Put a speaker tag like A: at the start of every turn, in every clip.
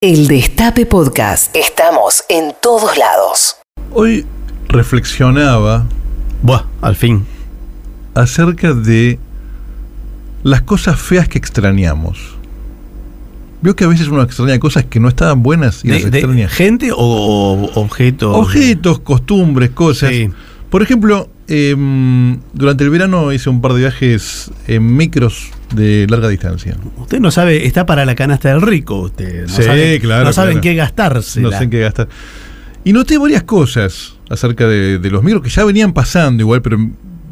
A: El Destape Podcast. Estamos en todos lados.
B: Hoy reflexionaba
C: Buah, al fin.
B: acerca de las cosas feas que extrañamos. Veo que a veces uno extraña cosas que no estaban buenas y
C: De-
B: las
C: de-
B: extraña.
C: ¿Gente o, o objeto?
B: Objetos, costumbres, cosas.
C: Sí.
B: Por ejemplo, em, durante el verano hice un par de viajes en micros de larga distancia.
C: Usted no sabe, está para la canasta del rico. Usted no
B: Sí,
C: sabe,
B: claro,
C: No saben
B: claro.
C: qué gastarse.
B: No sé en qué gastar. Y noté varias cosas acerca de, de los micros que ya venían pasando igual, pero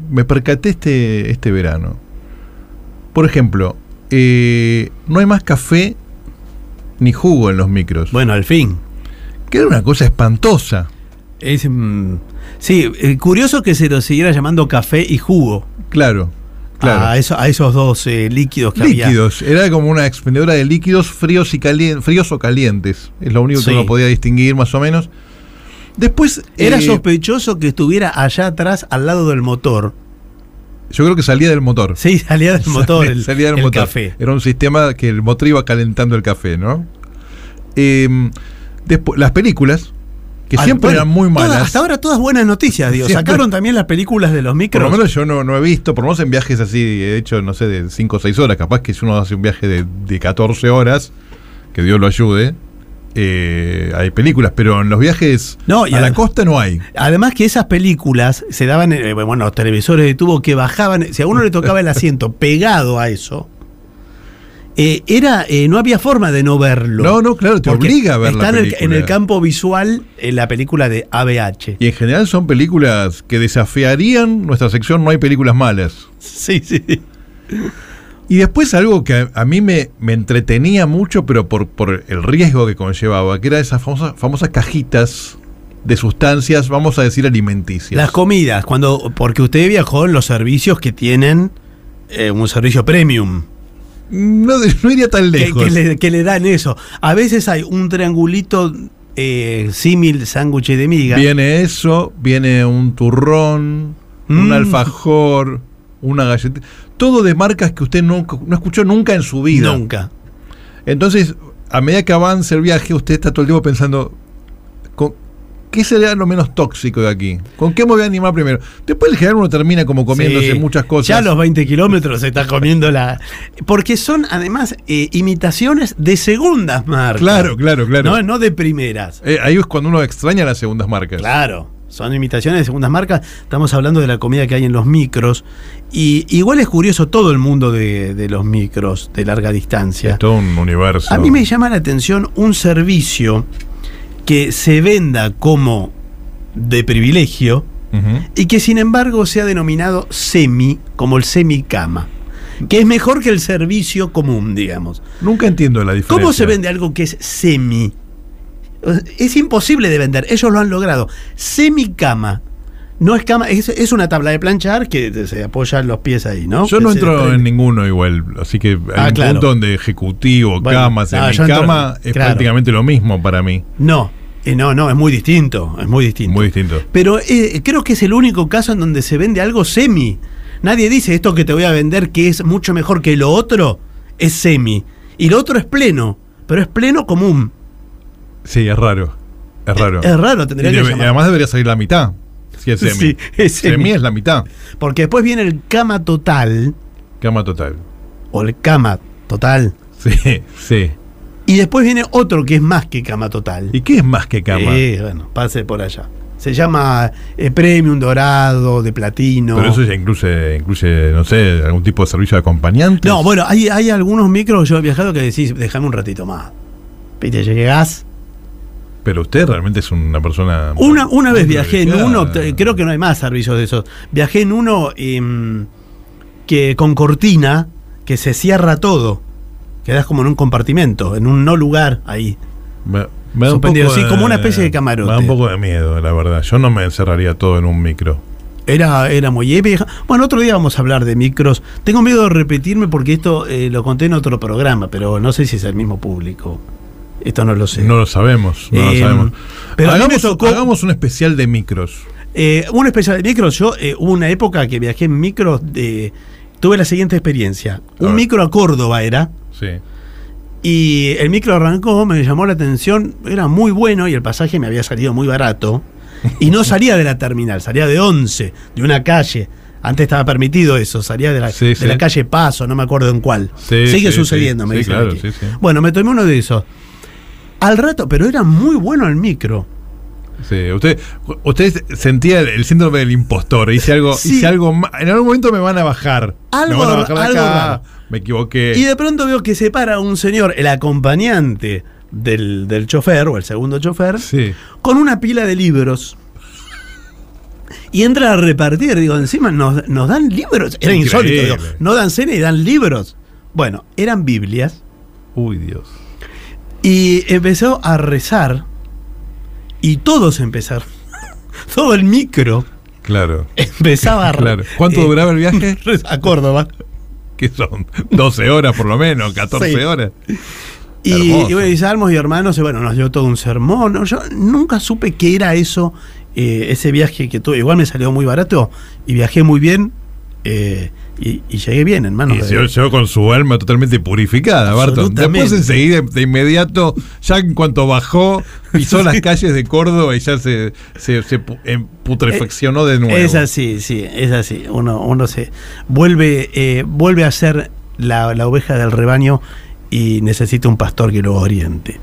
B: me percaté este, este verano. Por ejemplo, eh, no hay más café ni jugo en los micros.
C: Bueno, al fin.
B: Que era una cosa espantosa.
C: Es, mm, sí, eh, curioso que se lo siguiera llamando café y jugo.
B: Claro, claro.
C: A, Ah, eso- a esos dos eh, líquidos que había.
B: líquidos. Era como una expendedora de líquidos fríos, y calien- fríos o calientes. Es lo único
C: Sí.
B: que uno podía distinguir más o menos. Después...
C: Era
B: eh,
C: sospechoso que estuviera allá atrás, al lado del motor.
B: yo creo que salía del motor.
C: Sí, salía del motor el,
B: Salía del
C: el
B: motor.
C: café.
B: Era un sistema que el motor iba calentando el café, ¿no? Eh, después, las películas, que
C: Ah,
B: siempre
C: bueno,
B: eran muy
C: todas-
B: malas.
C: hasta ahora todas buenas noticias, digo.
B: Siempre.
C: Sacaron también las películas de los
B: por
C: micros.
B: lo menos yo no, no he visto, por lo menos en viajes así, de hecho, no sé, de 5 o 6 horas, capaz que si uno hace un viaje de, de 14 horas, que Dios lo ayude, eh, hay películas, pero en los viajes
C: No, y
B: a la
C: ad-
B: costa no hay.
C: Además que esas películas se daban, en, eh, bueno, los televisores de tubo que bajaban, si a uno le tocaba el asiento pegado a eso, eh, era, eh, no había forma de no verlo.
B: No, no, claro, te
C: Porque
B: obliga a ver la
C: está en el-
B: película.
C: en el campo visual en la película de ABH.
B: Y en general son películas que desafiarían nuestra sección No hay películas malas.
C: Sí, sí.
B: Y después algo que a, a mí me, me entretenía mucho, pero por, por el riesgo que conllevaba, que era esas famosas, famosas cajitas de sustancias, vamos a decir alimenticias.
C: Las comidas, cuando porque usted viajó en los servicios que tienen eh, un servicio premium.
B: Mm, no, de- no iría tan
C: que,
B: lejos.
C: que le, que le dan eso. A veces hay un triangulito eh, símil sándwich de miga.
B: Viene eso, viene un turrón, un
C: Mm.
B: alfajor, una galleta. Todo de marcas que usted nunca, no escuchó nunca en su vida.
C: Nunca.
B: Entonces, a medida que avanza el viaje, usted está todo el tiempo pensando, ¿con ¿qué será lo menos tóxico de aquí? ¿Con qué me voy a animar primero? Después el general uno termina como comiéndose
C: Sí.
B: muchas cosas.
C: Ya a los 20 kilómetros se está comiendo la. Porque son además eh, imitaciones de segundas marcas.
B: Claro, claro, claro.
C: No, no de primeras.
B: Eh, ahí es cuando uno extraña las segundas marcas.
C: Claro. Son imitaciones de segundas marcas. Estamos hablando de la comida que hay en los micros. Y igual es curioso todo el mundo de, de los micros de larga distancia.
B: Es todo un universo.
C: A mí me llama la atención un servicio que se venda como de privilegio
B: Ujú.
C: y que sin embargo se ha denominado semi, como el semicama, que es mejor que el servicio común, digamos.
B: Nunca entiendo la diferencia.
C: ¿Cómo se vende algo que es semi? Es imposible de vender, ellos lo han logrado. Semicama. No es cama, es, es una tabla de planchar que se apoyan los pies ahí, ¿no?
B: Yo
C: Que
B: no
C: se
B: entro en
C: desprende.
B: ninguno igual, así que hay
C: Ah,
B: un
C: claro.
B: punto donde ejecutivo,
C: Bueno,
B: cama,
C: no, yo entro-
B: semicama, es
C: claro.
B: prácticamente lo mismo para mí.
C: No, eh, no, no, es muy distinto, es muy distinto.
B: Muy distinto.
C: Pero eh, creo que es el único caso en donde se vende algo semi. Nadie dice esto que te voy a vender que es mucho mejor que lo otro, es semi. Y lo otro es pleno, pero es pleno común.
B: Sí, es raro. Es raro.
C: Es raro, tendría
B: Y
C: que
B: debe-
C: llamar.
B: y además debería salir la mitad. Si es semi.
C: Sí, es semi.
B: Semi es la mitad.
C: Porque después viene el cama total,
B: Cama total.
C: o el cama total.
B: Sí, sí.
C: Y después viene otro que es más que cama total.
B: ¿Y qué es más que cama?
C: Eh, bueno, pase por allá. Se llama eh, Premium Dorado, de Platino.
B: Pero eso ya incluye, incluye, no sé, algún tipo de servicio de acompañante.
C: No, bueno, hay, hay algunos micros, yo he viajado que decís, déjame un ratito más. Viste, llegás.
B: Pero usted realmente es una persona.
C: Una,
B: muy
C: una vez viajé en
B: privilegiada.
C: uno, te- creo que no hay más servicios de esos. Viajé en uno em, que con cortina, que se cierra todo. Quedás como en un compartimento, en un no lugar ahí.
B: Me, me da un
C: Suspendido,
B: poco
C: sí,
B: de-
C: como una especie de camarote.
B: Me da un poco de miedo, la verdad. Yo no me encerraría todo en un micro.
C: Era, era muy épica. Bueno, otro día vamos a hablar de micros. Tengo miedo de repetirme porque esto eh, lo conté en otro programa, pero no sé si es el mismo público. Esto no lo sé.
B: No lo sabemos. No
C: Em,
B: lo sabemos.
C: pero a mí me
B: hagamos,
C: tocó-
B: hagamos un especial de micros.
C: Eh, un especial de micros, yo eh, hubo una época que viajé en micros de... Tuve la siguiente experiencia.
B: A ver.
C: Un micro a Córdoba era,
B: Sí.
C: Y el micro arrancó, me llamó la atención, era muy bueno y el pasaje me había salido muy barato. Y no salía de la terminal, salía de 11, de una calle. Antes estaba permitido eso, salía de la,
B: Sí,
C: de
B: sí.
C: la calle Paso, no me acuerdo en cuál.
B: Sí,
C: Sigue
B: sí,
C: sucediendo,
B: sí,
C: me
B: sí,
C: dicen
B: claro,
C: aquí.
B: sí, sí.
C: Bueno, me tomé uno de esos. Al rato, pero era muy bueno el micro.
B: Sí, usted, usted sentía el, el síndrome del impostor. Hice algo,
C: Sí.
B: hice algo ma- En algún momento me van a bajar.
C: Algo
B: me van a
C: ra-
B: bajar de
C: algo
B: acá,
C: raro.
B: Me equivoqué.
C: Y de pronto veo que se para un señor, el acompañante del, del chofer o el segundo chofer,
B: Sí.
C: con una pila de libros. Y entra a repartir, digo, encima nos, nos dan libros. Era
B: Increíble.
C: insólito, digo, no dan cena y dan libros. Bueno, eran Biblias.
B: Uy, Dios.
C: Y empezó a rezar. Y todos empezaron. Todo el micro
B: Claro.
C: empezaba a re-
B: Claro. ¿Cuánto
C: eh,
B: duraba el viaje?
C: A Córdoba.
B: que son 12 horas por lo menos, 14
C: Sí.
B: horas.
C: Y,
B: Hermoso.
C: y bueno, y Salmos y hermanos, y bueno, nos dio todo un sermón. No, Yo nunca supe qué era eso, eh, ese viaje que tuve. Igual me salió muy barato y viajé muy bien eh, y, y llegué bien, hermano.
B: Y yo, yo con su alma totalmente purificada, Barton.
C: Absolutamente.
B: Después enseguida, de inmediato, ya en cuanto bajó, pisó las calles de Córdoba y ya se, se, se pu- em, putrefaccionó de nuevo.
C: Es así, sí, es así. Uno, uno se vuelve, eh, vuelve a ser la, la oveja del rebaño y necesita un pastor que lo oriente.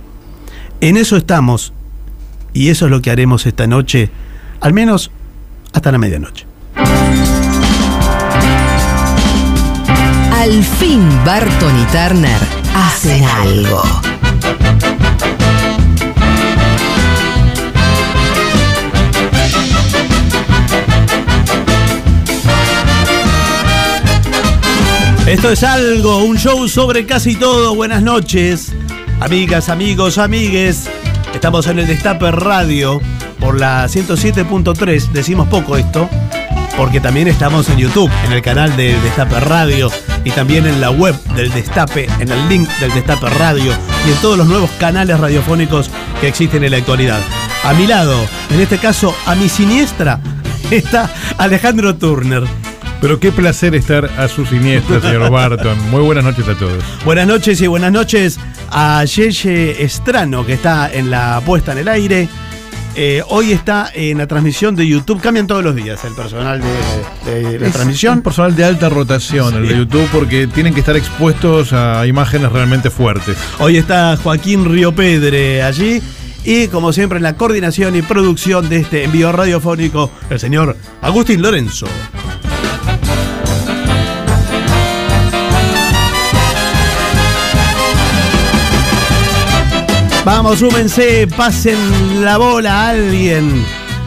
C: En eso estamos y eso es lo que haremos esta noche, al menos hasta la medianoche.
A: Al fin Barton y Turner hacen algo.
C: Esto es algo, un show sobre casi todo. Buenas noches, amigas, amigos, amigues. Estamos en el Destape Radio por la 107.3. Decimos poco esto, porque también estamos en YouTube, en el canal del Destape Radio y también en la web del Destape, en el link del Destape Radio y en todos los nuevos canales radiofónicos que existen en la actualidad. A mi lado, en este caso a mi siniestra, está Alejandro Turner.
B: Pero qué placer estar a su siniestra, señor Barton. Muy buenas noches a todos.
C: Buenas noches y buenas noches a Yeye Estrano, que está en la puesta en el aire. Eh, hoy está en la transmisión de YouTube. Cambian todos los días el personal de, de la
B: Es
C: transmisión.
B: un personal de alta rotación el de
C: Sí.
B: YouTube porque tienen que estar expuestos a imágenes realmente fuertes.
C: Hoy está Joaquín Riopedre allí. Y como siempre, en la coordinación y producción de este envío radiofónico, el señor Agustín Lorenzo. Vamos, súmense, pasen la bola a alguien.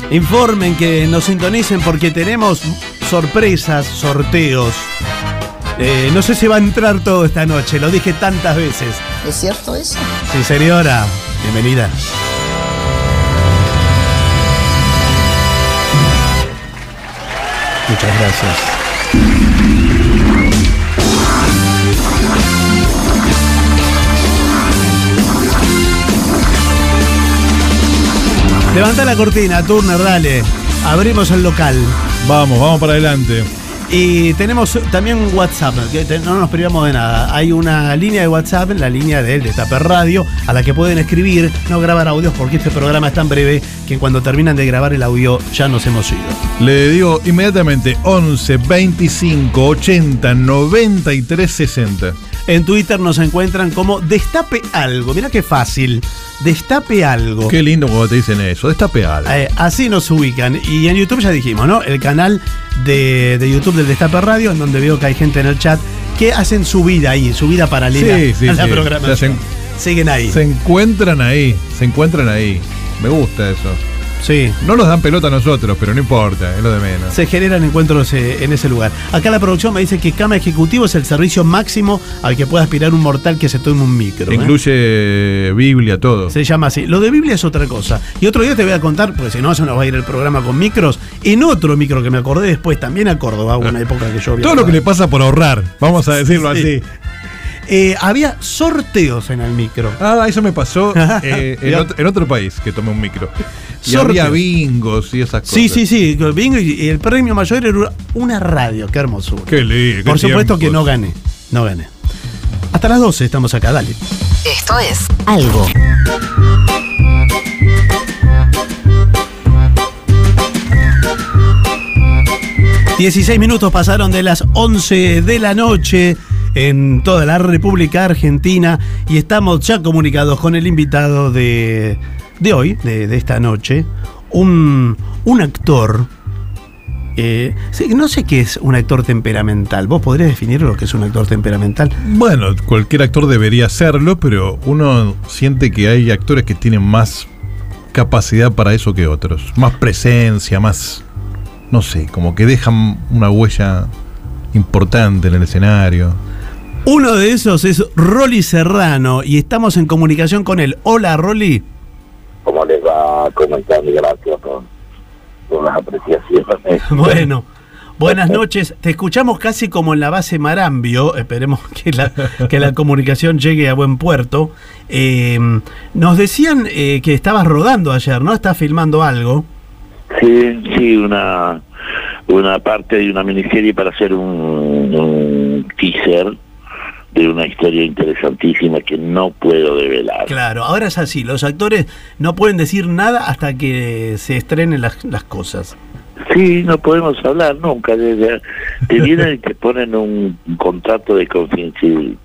C: Informen que nos sintonicen porque tenemos sorpresas, sorteos. Eh, no sé si va a entrar todo esta noche, lo dije tantas veces.
D: ¿Es cierto eso?
C: Sí, señora. Bienvenida. Muchas gracias. Levanta la cortina, Turner, dale. Abrimos el local.
B: Vamos, vamos para adelante.
C: Y tenemos también un WhatsApp, que te- no nos privamos de nada. Hay una línea de WhatsApp, la línea del Destape Radio, a la que pueden escribir, no grabar audios, porque este programa es tan breve que cuando terminan de grabar el audio ya nos hemos ido.
B: Le digo inmediatamente 11 25 80 93 60.
C: En Twitter nos encuentran como Destape Algo. Mirá qué fácil. Destape Algo.
B: Qué lindo cuando te dicen eso, destapear.
C: Eh, así nos ubican. Y en YouTube ya dijimos, ¿no? El canal de, de YouTube del Destape Radio, en donde veo que hay gente en el chat que hacen su vida ahí, su vida paralela
B: Sí, sí,
C: a la
B: sí.
C: programación.
B: Se hacen-
C: Siguen ahí.
B: Se encuentran ahí, se encuentran ahí. Me gusta eso.
C: sí.
B: No nos dan pelota a nosotros, pero no importa, es lo de menos.
C: se generan encuentros eh, en ese lugar. Acá la producción me dice que cama ejecutivo es el servicio máximo al que puede aspirar un mortal que se tome un micro. ¿eh?
B: Incluye Biblia, todo.
C: Se llama así. Lo de Biblia es otra cosa. Y otro día te voy a contar, porque si no, se nos va a ir el programa con micros. En otro micro que me acordé después, también a Córdoba, una época que yo
B: Ah. Todo lo que le
C: viajaba.
B: pasa por ahorrar, vamos a decirlo
C: Sí.
B: así.
C: Eh, había sorteos en el micro.
B: Ah, eso me pasó eh, en,
C: Ya.
B: ot- en otro país que tomé un micro. Y
C: Sorteo.
B: había bingos y esas cosas.
C: Sí, sí, sí. Bingo y y el premio mayor era una radio. Qué hermosura.
B: Qué lindo.
C: Por
B: qué
C: supuesto que
B: tiempos.
C: no gané. No gané. Hasta las 12 estamos acá, dale.
A: Esto es Algo.
C: Dieciséis minutos pasaron de las 11 de la noche en toda la República Argentina y estamos ya comunicados con el invitado de, de hoy, de, de esta noche, un, un actor. eh, sí, no sé qué es un actor temperamental. ¿Vos podrías definir lo que es un actor temperamental?
B: Bueno, cualquier actor debería hacerlo, pero uno siente que hay actores que tienen más capacidad para eso que otros. Más presencia, más. No sé, como que dejan una huella importante en el escenario.
C: Uno de esos es Rolly Serrano y estamos en comunicación con él. Hola, Rolly.
D: ¿Cómo les va? ¿Cómo están? Y Gracias por, por las apreciaciones.
C: Bueno, buenas noches. Te escuchamos casi como en la base Marambio. Esperemos que la, que la comunicación llegue a buen puerto. Eh, nos decían eh, que estabas rodando ayer, ¿no? Estás filmando algo.
D: Sí, sí, una, una parte de una miniserie para hacer un, un teaser de una historia interesantísima que no puedo develar.
C: Claro, ahora es así. Los actores no pueden decir nada hasta que se estrenen las, las cosas.
D: Sí, no podemos hablar nunca. de- de- Te vienen y te ponen un contrato de confidencial-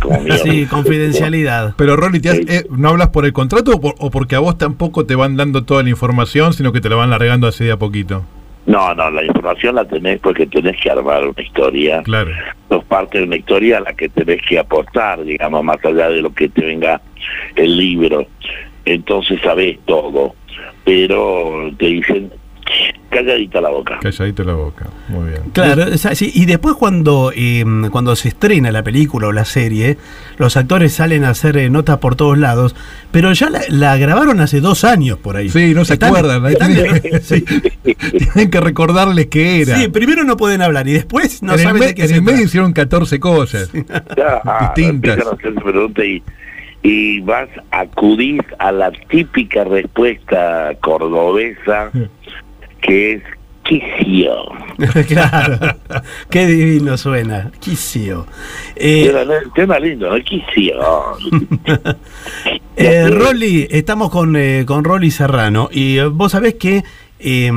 D: como mierda.
C: Sí, confidencialidad.
B: Pero Ronnie, ¿te has-
D: Sí.
B: eh, ¿no hablas por el contrato o, por- o porque a vos tampoco te van dando toda la información, sino que te la van largando así de a poquito?
D: No, no, la información la tenés porque tenés que armar una historia.
B: Claro.
D: dos partes de una historia a la que tenés que aportar, digamos, más allá de lo que te venga el libro. Entonces sabés todo, pero te dicen, calladita la boca.
B: Calladito la boca. Muy bien.
C: Claro, o sea, sí, y después cuando, eh, cuando se estrena la película o la serie, los actores salen a hacer eh, notas por todos lados, pero ya la, la grabaron hace dos años por ahí.
B: Sí, no se
C: Están-
B: acuerdan. ahí
C: están-
B: tienen, que, sí, tienen que recordarles qué era.
C: Sí, primero no pueden hablar y después no
B: en el,
C: saben
B: me-
C: de qué
B: en
C: se
B: el medio
C: trata.
B: hicieron 14 cosas.
D: Ya, ah,
B: Distintas.
D: empiezan a hacerse preguntas y, y vas a acudir a la típica respuesta cordobesa, que es, ¿qué hicieron?".
C: claro, qué divino suena. Quisio. Eh,
D: Era un tema lindo, ¿no? ¿Qué hicieron?
C: Eh, Rolly, estamos con, eh, con Rolly Serrano y eh, vos sabés que eh,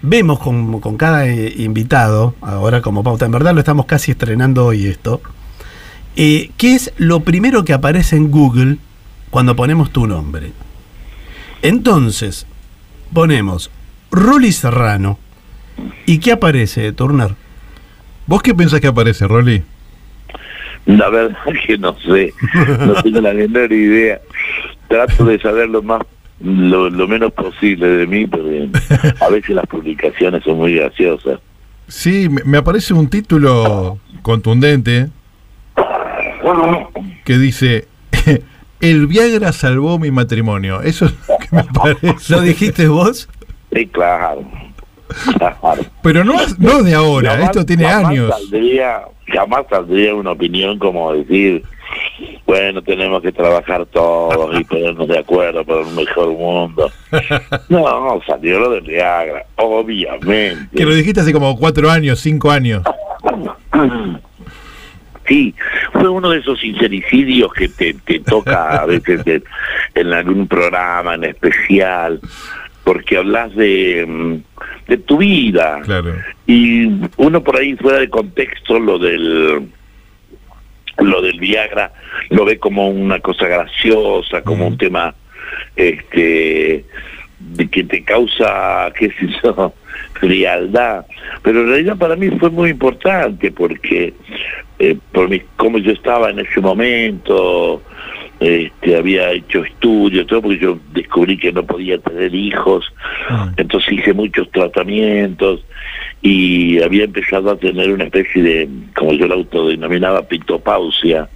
C: vemos con, con cada eh, invitado, ahora como pauta, en verdad lo estamos casi estrenando hoy esto, eh, ¿qué es lo primero que aparece en Google cuando ponemos tu nombre? Entonces, ponemos Rolly Serrano y ¿qué aparece, Turner?
B: ¿Vos qué pensás que aparece, Rolly?
D: La verdad que no sé, no tengo la menor idea. Trato de saber lo más, lo, lo menos posible de mí, porque a veces las publicaciones son muy graciosas.
B: Sí, me, me aparece un título contundente que dice El Viagra salvó mi matrimonio. Eso es lo que me parece.
C: ¿Lo dijiste vos?
D: Sí, claro. claro.
B: Pero no, es- no de ahora,
D: Jamás-
B: esto tiene
D: jamás
B: años.
D: Saldría, jamás saldría una opinión como decir, bueno, tenemos que trabajar todos y ponernos de acuerdo para un mejor mundo. No, salió lo del Viagra, obviamente.
B: Que lo dijiste hace como cuatro años, cinco años.
D: Sí, fue uno de esos sincericidios que te, te toca a veces de- en algún programa en especial, porque hablas de, mm, de tu vida
B: Claro.
D: y uno por ahí fuera de contexto lo del lo del Viagra lo ve como una cosa graciosa, como un tema este de que te causa, qué sé yo, frialdad. Pero en realidad para mí fue muy importante porque eh, por mi, como yo estaba en ese momento, este, había hecho estudios, todo porque yo descubrí que no podía tener hijos,
B: Ah.
D: entonces hice muchos tratamientos y había empezado a tener una especie de, como yo la autodenominaba, pitopausia,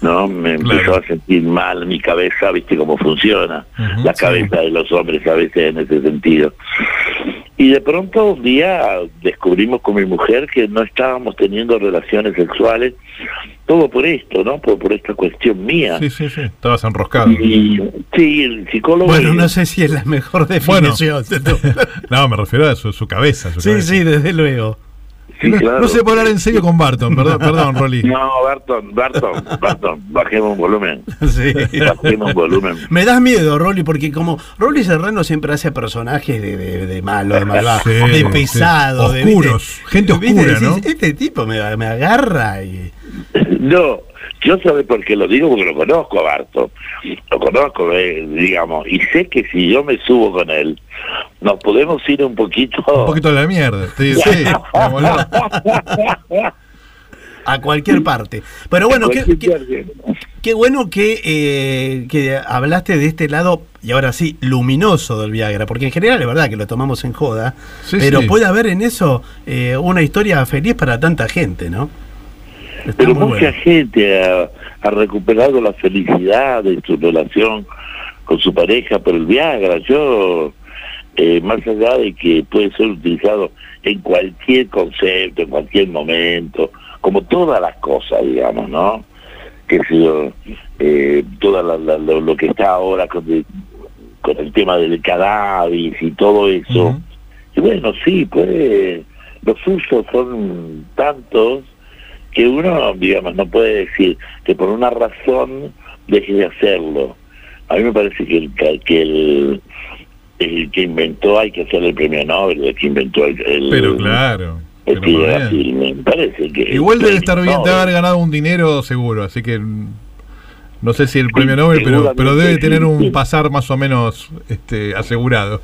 D: ¿no? Me empezó
B: Claro.
D: a sentir mal mi cabeza, viste cómo funciona
B: Ujú,
D: la
B: sí.
D: cabeza de los hombres a veces en ese sentido. Y de pronto un día descubrimos con mi mujer que no estábamos teniendo relaciones sexuales, todo por esto, ¿no? Por, por esta cuestión mía.
B: Sí, sí, sí. Estabas enroscado.
D: Y Ah. sí, el psicólogo...
C: Bueno, no sé si es la mejor
B: Bueno.
C: definición.
B: No, me refiero a su, su cabeza. su
C: Sí,
B: cabeza.
C: sí, desde luego.
D: sí,
B: no,
D: claro.
B: no se puede hablar en serio con Barton, perdón, perdón, Rolly.
D: No, Barton, Barton, Barton, bajemos un volumen.
E: Sí.
D: Bajemos un volumen.
C: Me das miedo, Rolly, porque como Rolly Serrano siempre hace personajes de, de, de malo, de malvado,
B: Sí,
C: de
B: sí.
C: pesado, de-
B: Oscuros,
C: ¿viste?
B: gente
C: ¿Viste?
B: oscura,
C: Decís,
B: ¿no?
C: Este tipo me, me agarra y.
D: No, yo sabe por qué lo digo, porque lo conozco a Barto. Lo conozco, eh, digamos, y sé que si yo me subo con él, nos podemos ir un poquito.
B: Un poquito de la mierda. Sí, sí, digámoslo.
C: A cualquier parte. Pero bueno, qué,
D: Cualquier
C: qué-
D: alguien.
C: qué bueno que, eh, que hablaste de este lado, y ahora sí, luminoso del Viagra, porque en general es verdad que lo tomamos en joda,
B: Sí,
C: pero
B: sí.
C: puede haber en eso eh, una historia feliz para tanta gente, ¿no? Está
D: Pero
C: muy
D: mucha
C: bueno.
D: gente ha, ha recuperado la felicidad de su relación con su pareja por el Viagra. Yo, eh, más allá de que puede ser utilizado en cualquier concepto, en cualquier momento, como todas las cosas, digamos, ¿no? Que sé yo, eh, toda la- la- lo, lo que está ahora con, el- con el tema del cannabis y todo eso.
B: Ujú.
D: Y bueno, sí, pues los usos son tantos que uno, digamos, no puede decir que por una razón deje de hacerlo. A mí me parece que el ca- que el, el que inventó hay que hacerle el premio Nobel, el que inventó el... el-
B: Pero claro.
D: el
B: pero muy
D: que
B: bien.
D: así, me parece que...
B: Igual debe
D: el
B: estar bien, debe
D: Nobel-
B: haber ganado un dinero seguro, así que mm, no sé si el premio Nobel, pero,
D: seguramente
B: pero debe tener
D: sí.
B: un pasar más o menos este, asegurado.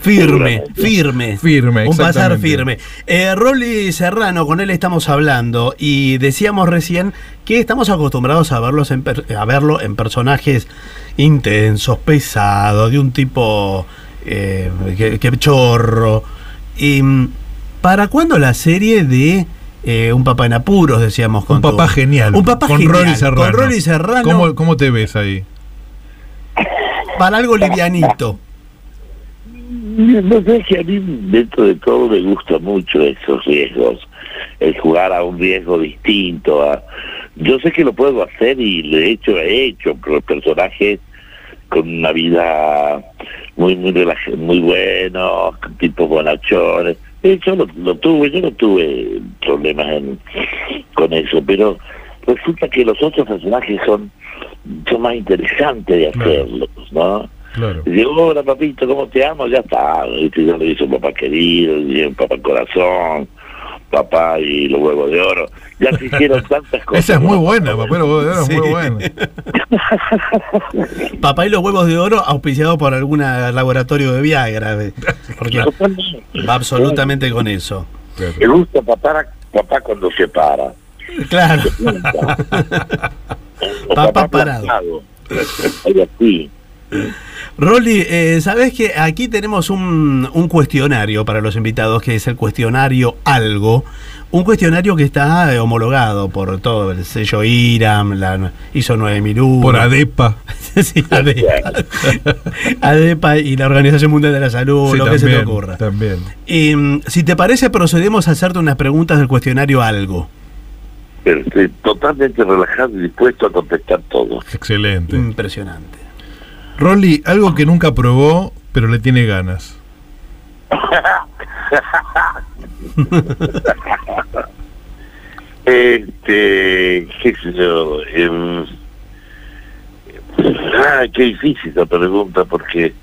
C: Firme,
D: Seguramente.
C: firme.
B: Firme,
C: Un pasar
B: exactamente.
C: firme. Eh, Rolly Serrano, con él estamos hablando y decíamos recién que estamos acostumbrados a, verlos en per- a verlo en personajes intensos, pesados, de un tipo eh, que, que chorro. Y, mm, ¿Para cuándo la serie de eh, Un papá en apuros, decíamos?
B: Un
C: tu-
B: papá genial.
C: Un papá
B: con
C: genial,
B: Rolly Serrano.
C: Con Rolly Serrano,
B: ¿Cómo, cómo te ves ahí?
C: para algo livianito.
D: No sé que a mí dentro de todo me gusta mucho esos riesgos, el jugar a un riesgo distinto. A... Yo sé que lo puedo hacer y de hecho he hecho pero personajes con una vida muy muy relaja- muy buenos, tipo bonachones. De hecho lo, lo tuve, yo no tuve problemas en- con eso, pero resulta que los otros personajes son, son más interesantes de
B: Claro.
D: hacerlos, ¿no?
B: Claro.
D: Llegó, hola papito, ¿cómo te amo? Ya está, ¿viste? ya lo hizo papá querido, y el papá corazón, papá y los huevos de oro. Ya se hicieron tantas cosas.
B: Esa es muy buena,
D: ¿no?
B: papá, lo- es
C: Sí.
B: muy buena.
C: Papá y los huevos de oro auspiciado por algún laboratorio de Viagra. eh, Porque va absolutamente con eso.
D: Me gusta papá, papá cuando se para.
C: Claro.
D: O
C: Papá parado.
D: plantado. Algo así.
C: Rolly, eh, sabes que aquí tenemos un, un cuestionario para los invitados, que es el cuestionario Algo. Un cuestionario que está eh, homologado por todo el sello IRAM, la ISO 9001.
B: Por ADEPA.
C: Sí, ADEPA. ADEPA y la Organización Mundial de la Salud,
B: Sí,
C: Uh, lo que se te ocurra.
B: También.
C: Y, mm, si te parece, procedemos a hacerte unas preguntas del cuestionario Algo.
D: Pero estoy este, totalmente relajado y dispuesto a contestar todo.
B: Excelente.
C: Impresionante.
B: Mm. Rolly, algo que nunca probó, pero le tiene ganas.
D: Este, qué sé yo. em, ah, qué difícil esa pregunta porque...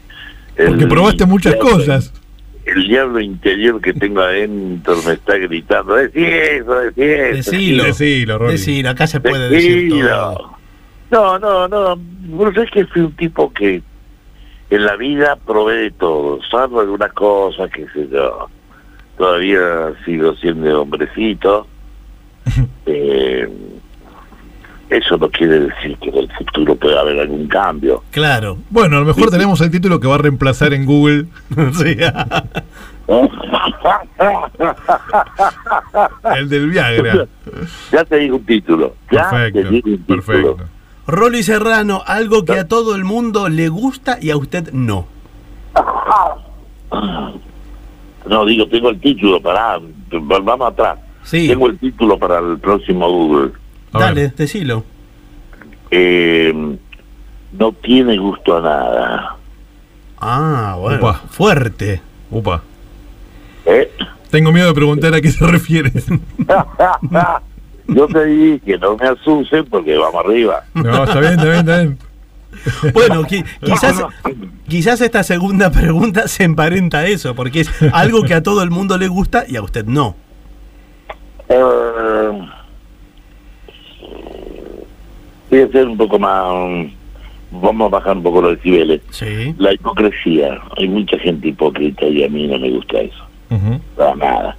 D: el-
B: Porque probaste muchas
D: el-
B: cosas.
D: El diablo interior que tengo adentro me está gritando, decí eso, decí eso.
C: Decilo.
B: Decilo, Rolly.
C: Decilo, acá se puede decir todo.
D: Decilo. No, no, no. Vos sabés que fui un tipo que en la vida probé de todo, salvo algunas cosas, que sé yo. Todavía sigo siendo hombrecito. Eh, eso no quiere decir que en el futuro pueda haber algún cambio.
C: Claro.
B: Bueno, a lo mejor tenemos el título que va a reemplazar en Google.
C: Sí.
B: El del Viagra.
D: Ya te digo un título. Ya te digo un
B: Perfecto.
D: título.
B: Perfecto.
C: Rolly Serrano, algo que a todo el mundo le gusta y a usted no.
D: No, digo, tengo el título, para vamos atrás.
C: Sí.
D: Tengo el título para el próximo Google.
B: A
C: Dale,
B: ver.
C: decilo.
D: Eh, no tiene gusto a nada.
C: Ah, bueno.
B: Upa.
C: Fuerte.
B: Upa.
D: ¿Eh?
B: Tengo miedo de preguntar a qué se refiere.
D: Yo te dije que no me asusten porque vamos arriba.
B: No, está bien, está bien, está bien.
C: Bueno, qui- quizás,
D: Em,
C: quizás esta segunda pregunta se emparenta a eso, porque es algo que a todo el mundo le gusta y a usted no.
D: Eh, voy a ser un poco más. mm, Vamos a bajar un poco los decibeles.
C: Sí.
D: La hipocresía. Hay mucha gente hipócrita y a mí no me gusta eso.
B: Ujú.
D: Para nada.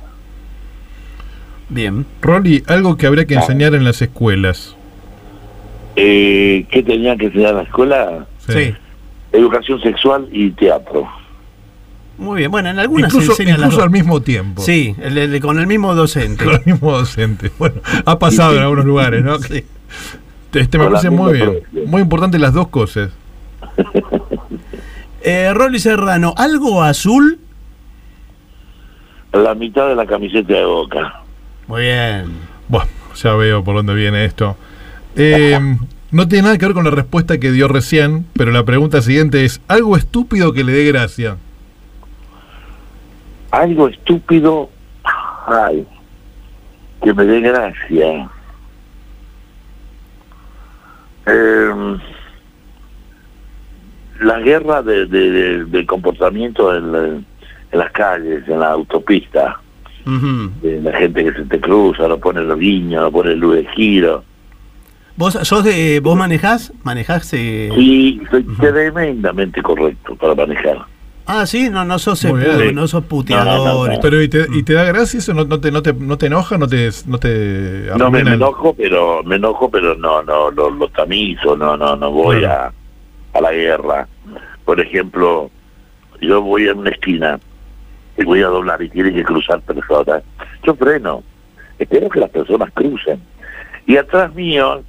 C: Bien.
B: Rolly, algo que habría que enseñar en las escuelas.
D: Eh, ¿Qué tenía que enseñar en la escuela?
C: Sí.
D: Educación sexual y teatro.
C: Muy bien. Bueno, en algunas se
B: Incluso,
C: enseñan las
B: incluso al
C: dos.
B: mismo tiempo.
C: Sí, el- el- con el mismo docente.
B: Con el mismo docente. Bueno, ha pasado en algunos lugares, ¿no?
C: Sí.
B: Este me
D: Con la
B: parece
D: misma
B: muy bien.
D: profesión.
B: Muy importante las dos cosas.
C: Eh, Rolly Serrano, ¿algo azul?
D: La mitad de la camiseta de boca.
C: Muy bien.
B: Bueno, ya veo por dónde viene esto. Eh, no tiene nada que ver con la respuesta que dio recién, pero la pregunta siguiente es, ¿algo estúpido que le dé gracia?
D: Algo estúpido. Ay, que me dé gracia. Eh, la guerra de, de- de- del comportamiento en, la- en las calles, en la autopista.
C: Ujú.
D: de la gente que se te cruza, no pone los guiños, no pone luz de giro.
C: ¿Vos sos de, vos manejás? ¿Manejás? eh?
D: Y soy tremendamente correcto para manejar.
C: Ah, sí, no, no sos,
B: Muy bien.
C: sepudo, no sos puteador.
D: No, no, no.
B: Pero ¿y te, y te da gracia eso? ¿No, no te, no, te, no te enoja? ¿No te, no te
D: No me,
B: arruina
D: me
B: el-
D: enojo, pero me enojo, pero no, no, lo, lo tamizo, no, no, no voy a, a la guerra. Por ejemplo, yo voy a una esquina y voy a doblar y tienen que cruzar personas. Yo freno, espero que las personas crucen. Y atrás mío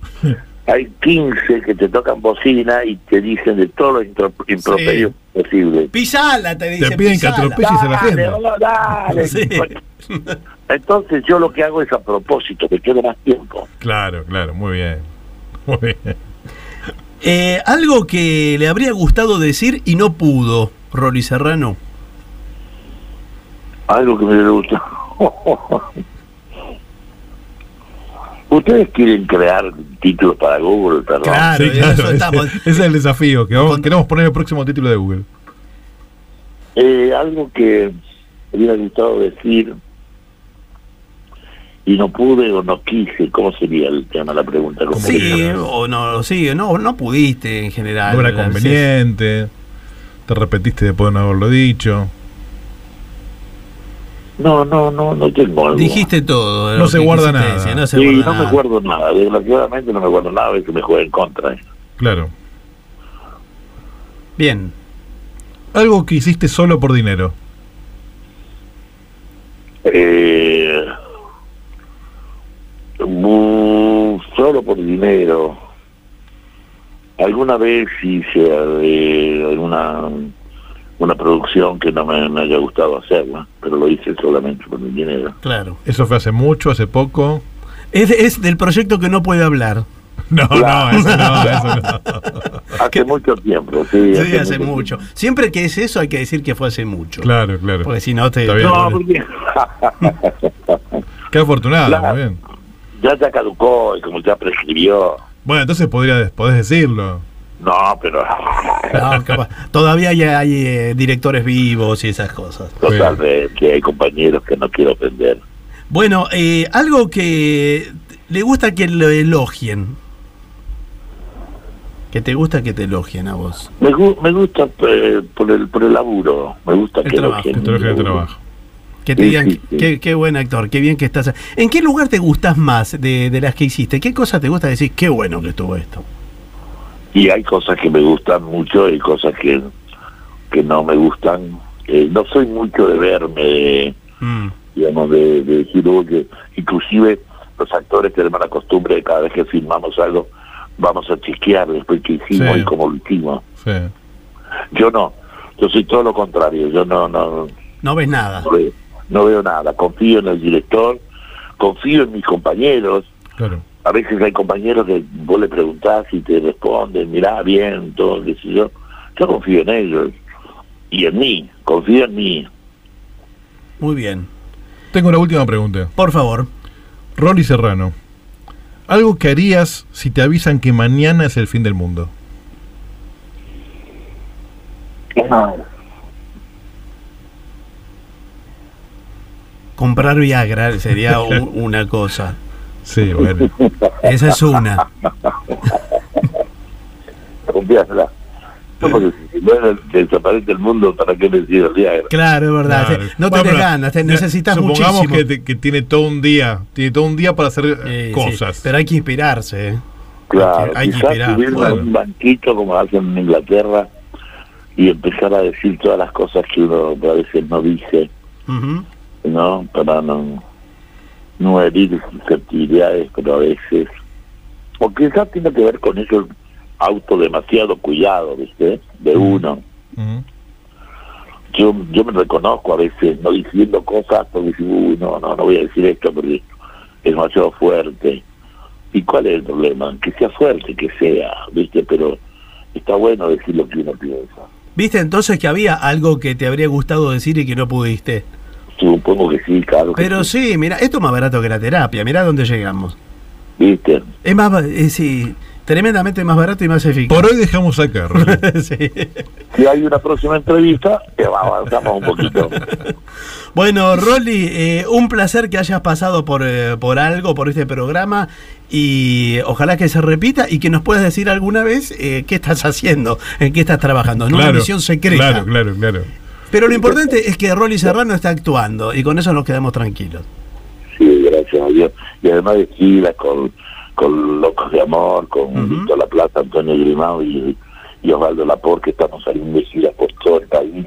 D: hay 15 que te tocan bocina y te dicen de todos los intro- improperios posibles.
C: Pisala, te dice.
B: Te piden que
C: pisala.
B: atropelle a la gente.
D: Dale, dale.
C: Sí.
D: Entonces yo lo que hago es a propósito, que quede más tiempo.
B: Claro, claro, muy bien. Muy bien.
C: Eh, algo que le habría gustado decir y no pudo, Rolly Serrano.
D: Algo que me gusta. Ustedes quieren crear títulos para Google, perdón.
C: Claro,
B: Sí,
C: en eso estamos.
B: Ese es el desafío, que vamos-
C: Con-
B: queremos poner el próximo título de Google.
D: Eh, algo que me hubiera gustado decir y no pude o no quise, ¿cómo sería el tema, la pregunta? ¿Cómo
C: Sí,
D: sería?
C: o no, sí, no, no pudiste en general.
B: No era conveniente, te repetiste de poder no haberlo dicho,
D: No, no, no, no tengo algo.
C: Dijiste todo.
B: No
C: lo
B: se
C: que
B: guarda
C: quisiste
B: nada.
C: decir, No se
D: Sí,
C: guarda
D: no me
C: nada.
D: acuerdo nada, desgraciadamente no me acuerdo nada, a veces me juega en contra. eh.
B: claro.
C: Bien.
B: Algo que hiciste solo por dinero.
D: Eh, bu- solo por dinero. Alguna vez hice eh, alguna una producción que no me, me haya gustado hacerla, pero lo hice solamente por mi dinero.
C: Claro.
B: Eso fue hace mucho, hace poco.
C: Es, es del proyecto que no puede hablar.
B: No, no, eso no, eso no.
D: Hace mucho tiempo, sí.
C: Sí, hace mucho. Siempre que es eso hay que decir que fue hace mucho.
B: Claro, claro.
C: Porque si no te...
B: Está bien.
D: tiempo. No, porque
B: Qué afortunado,
D: Claro.
B: muy bien.
D: ya ya caducó y como ya prescribió.
B: Bueno, entonces podría, podés decirlo.
D: No, pero
C: No, capaz. Todavía hay, hay, eh, directores vivos y esas cosas.
D: totalmente que hay compañeros que no quiero ofender.
C: Bueno, eh, algo que le gusta que lo elogien. Que te gusta que te elogien a vos.
D: Me, gu- me gusta eh, por el por el laburo, me gusta
C: El
D: que
C: trabajo,
D: que-
B: Te trabajo de trabajo.
C: Que te
D: Sí,
C: digan,
D: sí, sí.
C: Qué, qué buen actor, qué bien que estás. ¿En qué lugar te gustás más de, de las que hiciste? ¿Qué cosas te gusta decir? Qué bueno que estuvo esto.
D: Y hay cosas que me gustan mucho y cosas que, que no me gustan. Eh, no soy mucho de verme, de,
C: Mm,
D: digamos, de, de decir, oye, inclusive los actores tenemos la costumbre de cada vez que filmamos algo, vamos a chequear después que hicimos
B: Sí.
D: y cómo lo hicimos.
B: Sí.
D: Yo no, yo soy todo lo contrario, yo no, no,
C: No ves nada.
D: no veo, no veo nada, confío en el director, confío en mis compañeros,
B: Claro.
D: a veces hay compañeros que vos le preguntás y te responden, mirá, bien, todo, qué sé yo. Yo confío en ellos y en mí, confío en mí.
C: Muy bien.
B: Tengo una última pregunta.
C: Por favor.
B: Rolly Serrano. Algo que harías si te avisan que mañana es el fin del mundo.
C: Comprar Viagra sería u- una cosa.
B: Sí, bueno.
C: Esa es una.
D: Confiásela. No, porque si no desaparece el mundo, ¿para qué me sirve el Viagra?
C: Claro, es verdad.
B: Claro.
C: No
B: Bueno,
C: te
B: pero
C: ganas, te
B: mira,
C: necesitas
B: supongamos
C: muchísimo.
B: que, te- que tiene todo un día, tiene todo un día para hacer eh,
C: Sí, sí,
B: cosas.
C: pero hay que inspirarse. ¿eh?
D: Claro,
C: hay que
D: quizás
C: esperar,
D: subirme a
B: bueno.
D: un banquito como hacen en Inglaterra y empezar a decir todas las cosas que uno a veces no dice,
C: Ujú.
D: ¿no? Para no, no herir susceptibilidades, pero a veces. O quizás tiene que ver con eso el auto demasiado cuidado, ¿viste? De uno.
B: Ujú.
D: Yo, yo me reconozco a veces no diciendo cosas porque digo, uy, no, no, no voy a decir esto porque es demasiado fuerte. ¿Y cuál es el problema? Que sea fuerte, que sea, ¿viste? Pero está bueno decir lo que uno piensa.
C: ¿Viste entonces que había algo que te habría gustado decir y que no pudiste?
D: Supongo que sí, claro. que
C: Pero
D: sí,
C: sí, mira, esto es más barato que la terapia, mirá dónde llegamos.
D: ¿Viste?
C: Es más, ba- eh, sí, tremendamente más barato y más eficaz.
B: Por hoy dejamos acá, Rolly.
C: Sí.
D: Si hay una próxima entrevista, eh, avanzamos un poquito.
C: Bueno, Rolly, eh, un placer que hayas pasado por, eh, por algo, por este programa, y ojalá que se repita y que nos puedas decir alguna vez eh, qué estás haciendo, en qué estás trabajando, en una misión secreta.
B: Claro, claro, claro.
C: Pero lo importante es que Rolly Serrano está actuando y con eso nos quedamos tranquilos.
D: Sí, gracias a Dios. Y además de gira con, con Locos de Amor, con
C: Ujú.
D: Víctor La Plata, Antonio Grimao y, y Osvaldo Lapor, que estamos saliendo de gira por todo el país.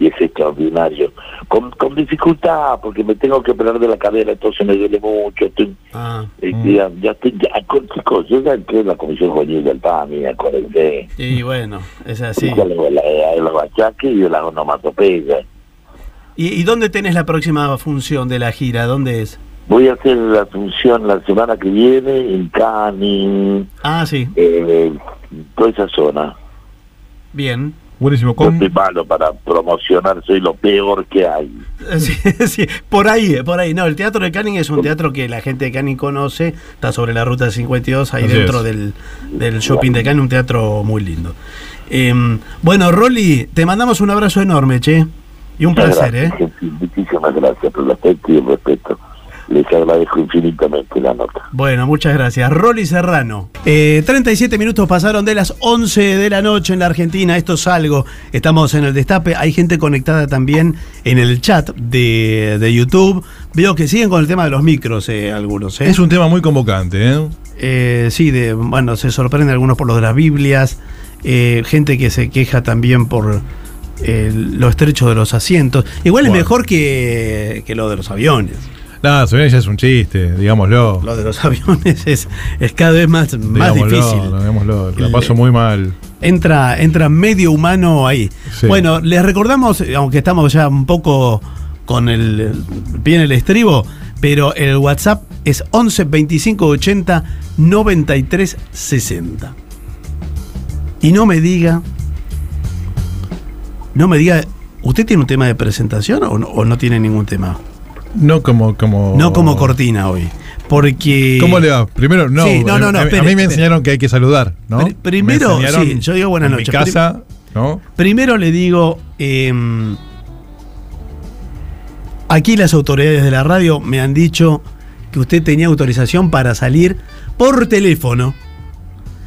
D: Y es extraordinario. Con, con dificultad, porque me tengo que operar de la cadera, entonces me duele mucho. Estoy,
C: Ah,
D: eh,
B: Mm.
D: ya, ya estoy, ya, ah, con- chicos, yo ya entré en la Comisión Juvenil del PAMI, me acordé.
C: y bueno, es así.
D: Ya luego la- eh, los achaques y las onomatopeyas.
C: ¿Y, y dónde tenés la próxima función de la gira? ¿Dónde es?
D: Voy a hacer la función la semana que viene en Canning,
C: Ah, sí,
D: eh, toda esa zona.
C: bien.
B: Buenísimo.
D: Yo
B: Con,
D: soy malo para promocionar, soy lo peor que hay.
C: Sí, sí, por ahí, eh, por ahí. No, el teatro de Canning es un teatro que la gente de Canning conoce, está sobre la ruta 52, ahí
B: Así
C: dentro
B: es.
C: del, del shopping de Canning, un teatro muy lindo. Em, bueno, Rolly, te mandamos un abrazo enorme, che. Y un
D: Muchas
C: placer, ¿eh?
D: gracias, gente, Muchísimas gracias por el afecto y el respeto. Les agradezco infinitamente la nota.
C: Bueno, muchas gracias. Rolly Serrano. Eh, 37 minutos pasaron de las 11 de la noche en la Argentina. Esto es algo. Estamos en el destape. Hay gente conectada también en el chat de, de YouTube. Veo que siguen con el tema de los micros, eh, algunos. ¿eh?
B: es un tema muy convocante, ¿eh?
C: Eh, sí, de, bueno, se sorprenden algunos por lo de las Biblias, eh, gente que se queja también por eh, lo estrecho de los asientos. Igual es
B: Bueno.
C: mejor que, que lo de los aviones.
B: Nada, se ve, ya es un chiste, digámoslo.
C: Lo de los aviones es, es cada vez más, más
B: Digámoslo,
C: difícil.
B: digámoslo. La
C: El-
B: paso muy mal.
C: Entra, entra medio humano ahí.
B: Sí.
C: Bueno, les recordamos, aunque estamos ya un poco con el pie en el estribo, pero el WhatsApp es 11 25 80 93 60. Y no me diga, no me diga, ¿usted tiene un tema de presentación o no, o no tiene ningún tema?
B: No como. como
C: No como cortina hoy. Porque.
B: Oh. ¿Cómo le va? Primero, no.
C: Sí, no, no, no,
B: a, a
C: espere,
B: mí me
C: espere.
B: enseñaron que hay que saludar, ¿no?
C: Pri- primero,
B: Me enseñaron
C: sí, yo digo buenas
B: en
C: noches.
B: Mi casa, ¿no?
C: Primero le digo, eh, aquí las autoridades de la radio me han dicho que usted tenía autorización para salir por teléfono,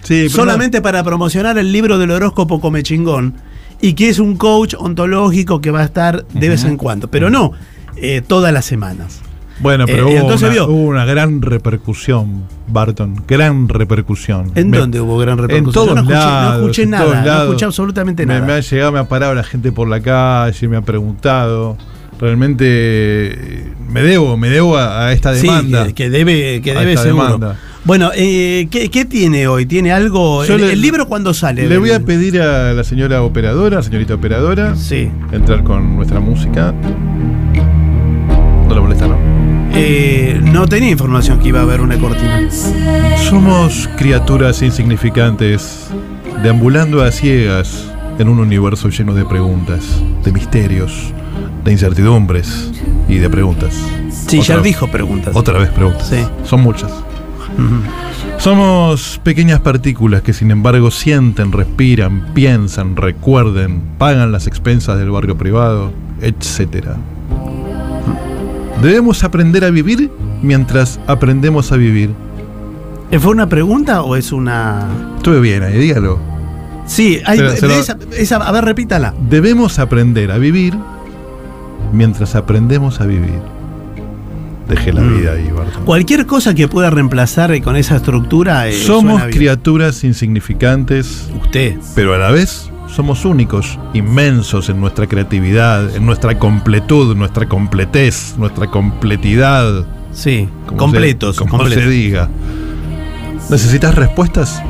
B: Sí,
C: solamente para promocionar el libro del horóscopo Come Chingón, y que es un coach ontológico que va a estar de vez en cuando, pero no eh, todas las semanas.
B: Bueno, pero
C: Eh,
B: hubo,
C: entonces
B: una,
C: vio.
B: hubo una gran repercusión, Barton. Gran repercusión.
C: ¿En
B: Me-
C: dónde hubo gran repercusión?
B: En todos
C: Yo no escuché, no
B: lados.
C: escuché
B: en
C: nada,
B: todos
C: no
B: lados.
C: escuché absolutamente
B: Me-
C: nada.
B: Me, ha llegado, me ha parado la gente por la calle, me ha preguntado. Realmente eh, me debo, me debo a, a esta
C: Sí,
B: demanda.
C: que, que debe, que
B: A
C: debe
B: esta
C: seguro.
B: demanda.
C: Bueno, eh, ¿qué, qué tiene hoy? ¿Tiene algo?
B: Yo
C: el,
B: le-
C: el libro cuándo sale?
B: Le voy a pedir a la señora operadora, señorita operadora,
C: Sí.
B: entrar con nuestra música. No le molesta, ¿no?
C: Eh, no tenía información que iba a haber una cortina.
B: Somos criaturas insignificantes, deambulando a ciegas en un universo lleno de preguntas, de misterios, de incertidumbres y de preguntas.
C: Sí,
B: Otra-
C: ya dijo preguntas.
B: Otra vez preguntas.
C: Sí.
B: Son muchas. Somos pequeñas partículas que sin embargo sienten, respiran, piensan, recuerden, pagan las expensas del barrio privado, etc. Debemos aprender a vivir mientras aprendemos a vivir.
C: ¿Eh, ¿Fue una pregunta o es una.?
B: Estuve bien ahí, dígalo.
C: Sí, hay,
B: Se- se
C: de
B: lo-
C: esa- esa- a ver, repítala.
B: Debemos aprender a vivir mientras aprendemos a vivir. Dejé la vida ahí, Barton.
C: Cualquier cosa que pueda reemplazar eh, con esa estructura. eh,
B: Somos
C: suena bien.
B: criaturas insignificantes,
C: Usted.
B: pero a la vez somos únicos, inmensos en nuestra creatividad, en nuestra completud, nuestra completez, nuestra completidad.
C: Sí,
B: como
C: completos.
B: se- como
C: completos.
B: se diga. ¿Necesitas respuestas?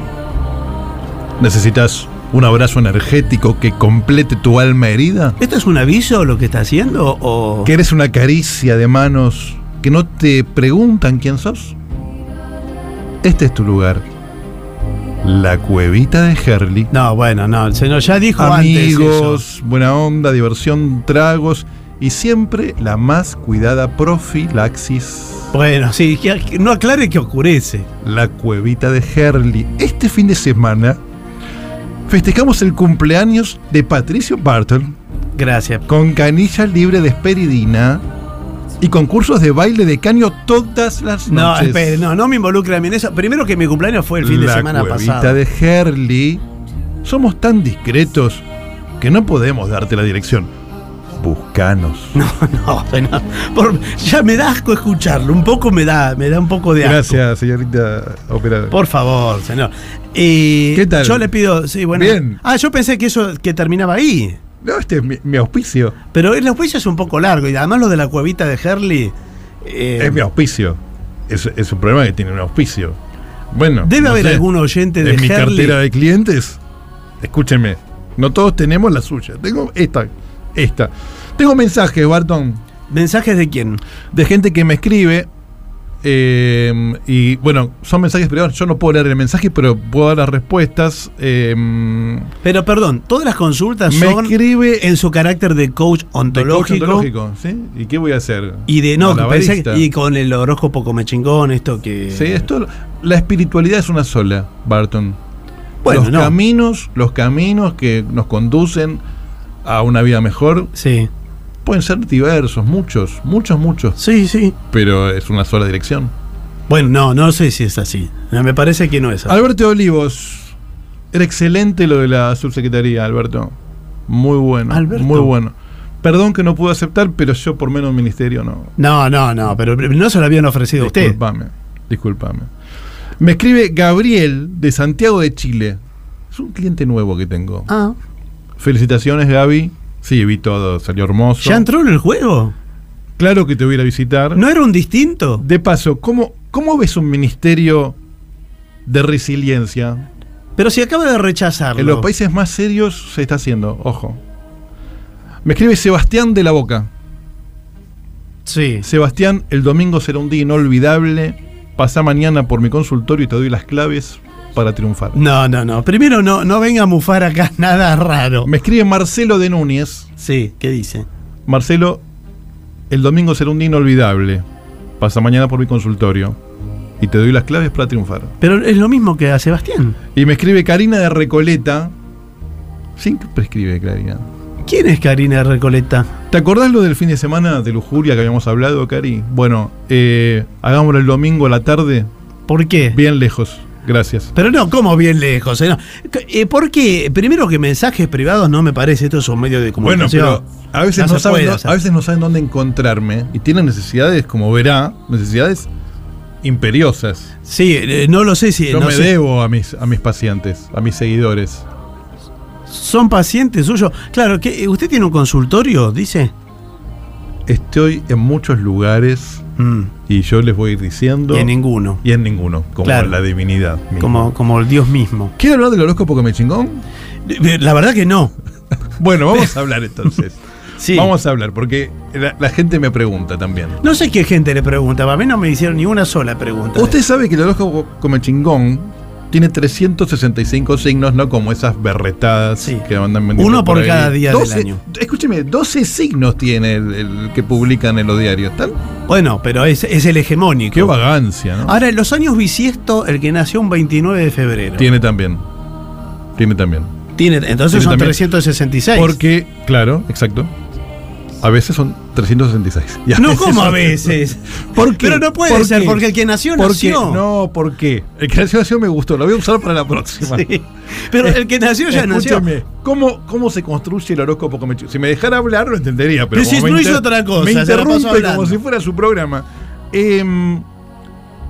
B: ¿Necesitas un abrazo energético que complete tu alma herida?
C: ¿Esto es un aviso lo que está haciendo? O...
B: ¿Que eres una caricia de manos que no te preguntan quién sos? Este es tu lugar. La cuevita de Herley.
C: No, bueno, no, el señor ya dijo antes.
B: Amigos, buena onda, diversión, tragos y siempre la más cuidada profilaxis.
C: eso. Bueno, sí, que- que no aclare que oscurece.
B: La cuevita de Herley. Este fin de semana festejamos el cumpleaños de Patricio Barton
C: Gracias.
B: con canillas libre de esperidina y concursos de baile de caño todas las
C: No,
B: noches.
C: espere, no, no me involucre a mí en eso. Primero que mi cumpleaños fue el fin de
B: la
C: semana
B: cuevita
C: pasado.
B: de Herley. Somos tan discretos que no podemos darte la dirección. Buscanos.
C: No, bueno, por- ya me da asco escucharlo. Un poco me da, me da un poco de asco.
B: Gracias, señorita operadora.
C: Por favor, señor. Y
B: ¿Qué tal?
C: Yo le pido, sí, bueno.
B: Bien.
C: Ah, yo pensé que eso que terminaba ahí.
B: No, este es mi, mi auspicio.
C: Pero el juicio es un poco largo. Y además lo de la cuevita de Herley. eh,
B: Es mi auspicio. Es, es un problema que tiene un auspicio. Bueno.
C: Debe
B: no
C: haber
B: sé,
C: algún oyente de
B: En mi
C: Herley.
B: cartera de clientes. Escúcheme. No todos tenemos la suya. Tengo esta. Esta. Tengo mensajes, Barton,
C: ¿Mensajes de quién?
B: de gente que me escribe. eh, y bueno, son mensajes privados. Yo no puedo leer el mensaje, pero puedo dar las respuestas. eh,
C: Pero perdón, todas las consultas
B: me
C: Ah, son
B: escribe
C: en su carácter de coach
B: De coach
C: ontológico.
B: ontológico, ¿sí? ¿Y qué voy a hacer?
C: Y de no, pensé,
B: Malabarista.
C: que- y con el horóscopo come chingón, esto que.
B: Sí, esto, la espiritualidad es una sola, Barton.
C: Bueno,
B: los
C: no.
B: caminos, los caminos que nos conducen a una vida mejor
C: Sí.
B: pueden ser diversos, muchos, muchos, muchos,
C: Sí, sí.
B: pero es una sola dirección.
C: Bueno, no, no sé si es así. No, Me parece que no es así.
B: Alberto Olivos, era excelente lo de la subsecretaría, Alberto. Muy bueno,
C: Alberto.
B: muy bueno. Perdón que no pude aceptar, pero yo por menos ministerio no.
C: No, no, no, pero no se lo habían ofrecido a usted.
B: Disculpame, disculpame. Me escribe Gabriel de Santiago de Chile. Es un cliente nuevo que tengo.
C: Ah,
B: Felicitaciones, Gaby. Sí, vi todo, salió hermoso.
C: ¿ya entró en el juego?
B: Claro que te voy a ir a visitar.
C: ¿No era un distinto?
B: De paso, ¿cómo, ¿cómo ves un ministerio de resiliencia?
C: Pero si acaba de rechazarlo.
B: En los países más serios se está haciendo, ojo. Me escribe Sebastián de la Boca.
C: Sí.
B: Sebastián, el domingo será un día inolvidable. Pasá mañana por mi consultorio y te doy las claves para triunfar.
C: No, no, no. Primero no, no venga a mufar acá nada raro.
B: Me escribe Marcelo de Núñez.
C: Sí, ¿qué dice?
B: Marcelo, el domingo será un día inolvidable. Pasa mañana por mi consultorio y te doy las claves para triunfar.
C: Pero es lo mismo que a Sebastián.
B: Y me escribe Karina de Recoleta. Siempre escribe Karina.
C: ¿Quién es Karina Recoleta?
B: ¿Te acordás lo del fin de semana de lujuria que habíamos hablado, Cari? Bueno, eh, hagámoslo el domingo a la tarde,
C: ¿Por qué?
B: bien lejos. Gracias.
C: Pero no, como bien lejos. Eh? No. C- eh, ¿Por qué? Primero que mensajes privados no me parece, esto es un medio de
B: Bueno,
C: comunicación.
B: pero a veces,
C: no
B: no
C: se
B: saben,
C: puede
B: dó-
C: hacer.
B: a veces no saben dónde encontrarme y tienen necesidades, como verá, necesidades imperiosas.
C: Sí, eh, no lo sé si...
B: Yo
C: no
B: me
C: sé.
B: debo a mis, a mis pacientes, a mis seguidores.
C: ¿Son pacientes suyos? Claro, que eh, ¿usted tiene un consultorio, dice?
B: Estoy en muchos lugares
C: Mm,
B: y yo les voy a ir diciendo.
C: y en ninguno.
B: y en ninguno, como
C: Claro.
B: la divinidad. misma.
C: Como, como el Dios mismo.
B: ¿Quiere hablar del horóscopo que me chingón?
C: Eh, La verdad que no.
B: Bueno, vamos a hablar entonces.
C: Sí.
B: Vamos a hablar, porque la, la gente me pregunta también.
C: No sé qué gente le pregunta, a mí no me hicieron ni una sola pregunta.
B: Usted sabe que el horóscopo come chingón tiene 365 signos, no como esas berretadas
C: Sí.
B: que andan
C: Uno por cada día del
B: 12
C: año.
B: Escúcheme, 12 signos tiene el, el que publican en los diarios. Tal-
C: Bueno, pero es, es el hegemónico.
B: Qué vagancia, ¿no?
C: Ahora, en los años bisiesto, el que nació un 29 de febrero.
B: Tiene también. Tiene también.
C: Tiene- entonces
B: Tiene
C: son
B: también.
C: 366.
B: Porque, claro, exacto. A veces son 366. Y
C: No como a
B: son-
C: veces.
B: ¿Por qué?
C: Pero no puede
B: ¿Por
C: ser,
B: qué?
C: porque el que nació
B: ¿Por qué?
C: nació.
B: No, ¿por qué? El que nació nació me gustó, lo voy a usar para la próxima.
C: Sí. Pero el que nació ya nació.
B: Escúchame, ¿cómo, ¿cómo se construye el horóscopo comechu- Si me dejara hablar, lo entendería. Pero
C: Pero si
B: como me
C: no
B: inter-
C: hizo otra cosa,
B: Me
C: se la pasó
B: interrumpe como
C: hablando.
B: si fuera su programa. Em,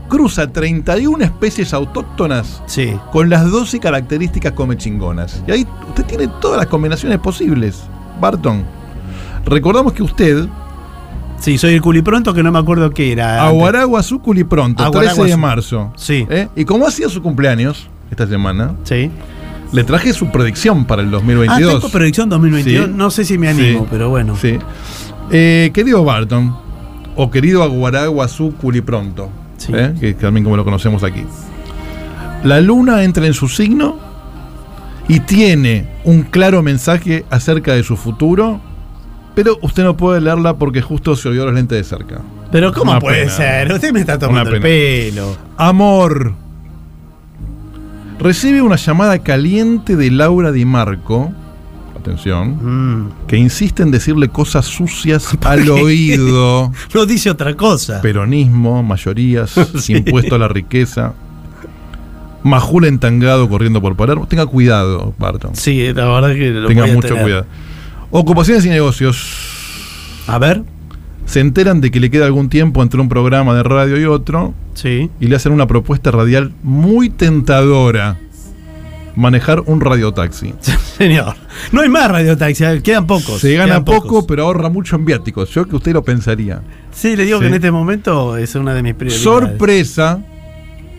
B: cruza 31 especies autóctonas
C: Sí.
B: con las 12 características come chingonas. Y ahí usted tiene todas las combinaciones posibles, Barton. Recordamos que usted,
C: Sí, soy el culipronto que no me acuerdo qué era. Ah, antes.
B: Aguaragua Zúculi pronto, 13 de
C: Aguaraguazú.
B: marzo.
C: Sí.
B: ¿eh? Y como ha sido su cumpleaños esta semana,
C: Sí.
B: le traje su predicción para el
C: Ah,
B: 2022.
C: tengo predicción 2022.
B: Sí.
C: No sé si me animo,
B: Sí.
C: pero bueno.
B: Sí. Eh, querido Barton, o querido Aguaraguazú Culipronto,
C: Sí.
B: ¿eh? que también como lo conocemos aquí. La luna entra en su signo y tiene un claro mensaje acerca de su futuro, pero usted no puede leerla porque justo se oyó los lentes de cerca.
C: Pero ¿cómo
B: Una
C: puede
B: pena.
C: ser? Usted me está tomando
B: Una
C: el pelo.
B: Amor. Recibe una llamada caliente de Laura Di Marco. Atención.
C: Mm.
B: que insiste en decirle cosas sucias al oído.
C: No dice otra cosa.
B: Peronismo, mayorías,
C: Ah. Sí.
B: impuesto a la riqueza. Majul entangado corriendo por Palermo. Tenga cuidado, Barton.
C: sí, la verdad que lo
B: Tenga
C: voy a
B: mucho
C: tener.
B: cuidado. Ocupaciones y negocios.
C: A ver.
B: Se enteran de que le queda algún tiempo entre un programa de radio y otro
C: Sí.
B: y le hacen una propuesta radial muy tentadora. Manejar un radiotaxi.
C: Señor. No hay más radiotaxi, quedan pocos.
B: Se gana
C: quedan
B: poco,
C: pocos.
B: pero ahorra mucho en viáticos. Yo que usted lo pensaría.
C: Sí, le digo
B: Sí.
C: que en este momento es una de mis prioridades.
B: Sorpresa,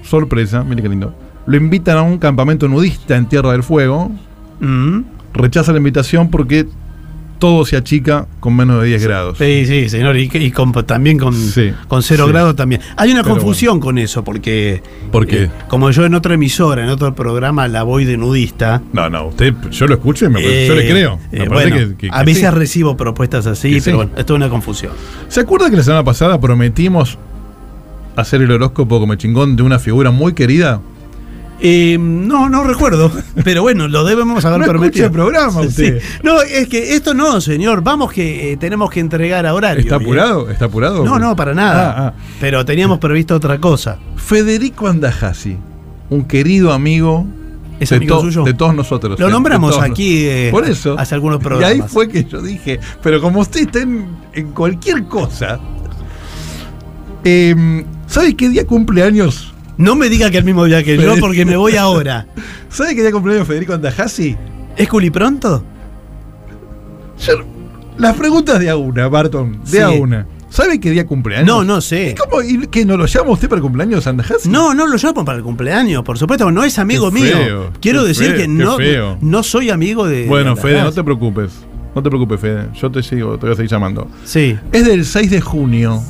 B: sorpresa, mire qué lindo. Lo invitan a un campamento nudista en Tierra del Fuego.
C: Mm.
B: Rechaza la invitación porque todo se achica con menos de 10 grados.
C: Sí, sí, señor. Y, y con- también con,
B: Sí,
C: con cero
B: sí.
C: grados también. Hay una
B: Pero
C: confusión con eso, porque.
B: ¿Por qué?
C: eh, como yo en otra emisora, en otro programa, la voy de nudista.
B: No, no, usted, yo lo escucho y me, yo
C: eh,
B: le creo.
C: eh,
B: Me parece
C: bueno,
B: que- que-
C: a
B: que
C: veces
B: sí.
C: recibo propuestas así,
B: Que
C: pero
B: sí.
C: bueno, esto es una confusión.
B: ¿Se acuerda que la semana pasada prometimos hacer el horóscopo como chingón de una figura muy querida?
C: Eh, no, no recuerdo. Pero bueno, lo debemos haber
B: No escucha
C: permitido.
B: el programa usted.
C: No, es que esto no, señor. Vamos que eh, tenemos que entregar a horario.
B: ¿Está
C: ¿bien?
B: apurado? ¿Está apurado?
C: No, no, para nada.
B: Ah, ah.
C: Pero teníamos previsto otra cosa.
B: Federico Andajasi, un querido amigo
C: ¿Es
B: de,
C: amigo
B: to-
C: suyo?
B: de todos nosotros.
C: Lo
B: de-
C: nombramos
B: de todos
C: aquí, eh,
B: Por eso.
C: hace algunos
B: Y ahí
C: programas.
B: fue que yo dije, pero como usted está en, en cualquier cosa. eh, ¿Sabe qué día cumpleaños?
C: No me diga que el mismo día que yo,
B: Pero-
C: porque me voy ahora.
B: ¿Sabe qué día cumpleaños Federico Andajasi?
C: ¿Es culipronto?
B: Yo- las preguntas de a una, Barton, de
C: Sí.
B: a una. ¿Sabe qué día cumpleaños?
C: No, no sé.
B: ¿Cómo? ¿Y que no lo llama usted para el cumpleaños Andajasi?
C: No, no lo llamo para el cumpleaños, por supuesto, no es amigo
B: Qué
C: mío.
B: feo,
C: Quiero
B: qué
C: decir
B: feo,
C: que
B: qué
C: no,
B: feo.
C: no soy amigo de.
B: Bueno,
C: de-
B: Fede, no te preocupes. No te preocupes, Fede. Yo te sigo, te voy a seguir llamando.
C: Sí.
B: Es del 6 de junio.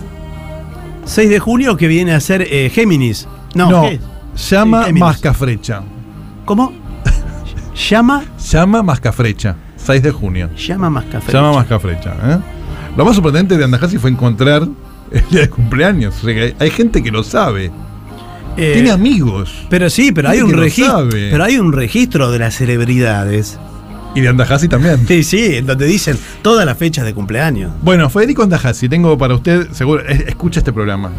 C: 6 de junio que viene a ser eh, Géminis. No,
B: No,
C: ¿qué?
B: llama
C: Sí, Géminis.
B: Mascafrecha.
C: ¿cómo? Llama,
B: Llama Mascafrecha, 6 de junio.
C: llama más café.
B: Llama Mascafrecha. ¿eh? Lo más sorprendente de Andajasi fue encontrar el día de cumpleaños. O sea, que hay, hay gente que lo sabe.
C: Eh,
B: Tiene amigos.
C: pero sí, pero hay
B: Dice
C: un
B: que lo
C: registro.
B: sabe.
C: Pero hay un registro de las celebridades.
B: Y de Andajasi también.
C: Sí, sí, en donde dicen todas las fechas de cumpleaños.
B: Bueno, Federico Andajasi, tengo para usted, seguro, es- escucha este programa.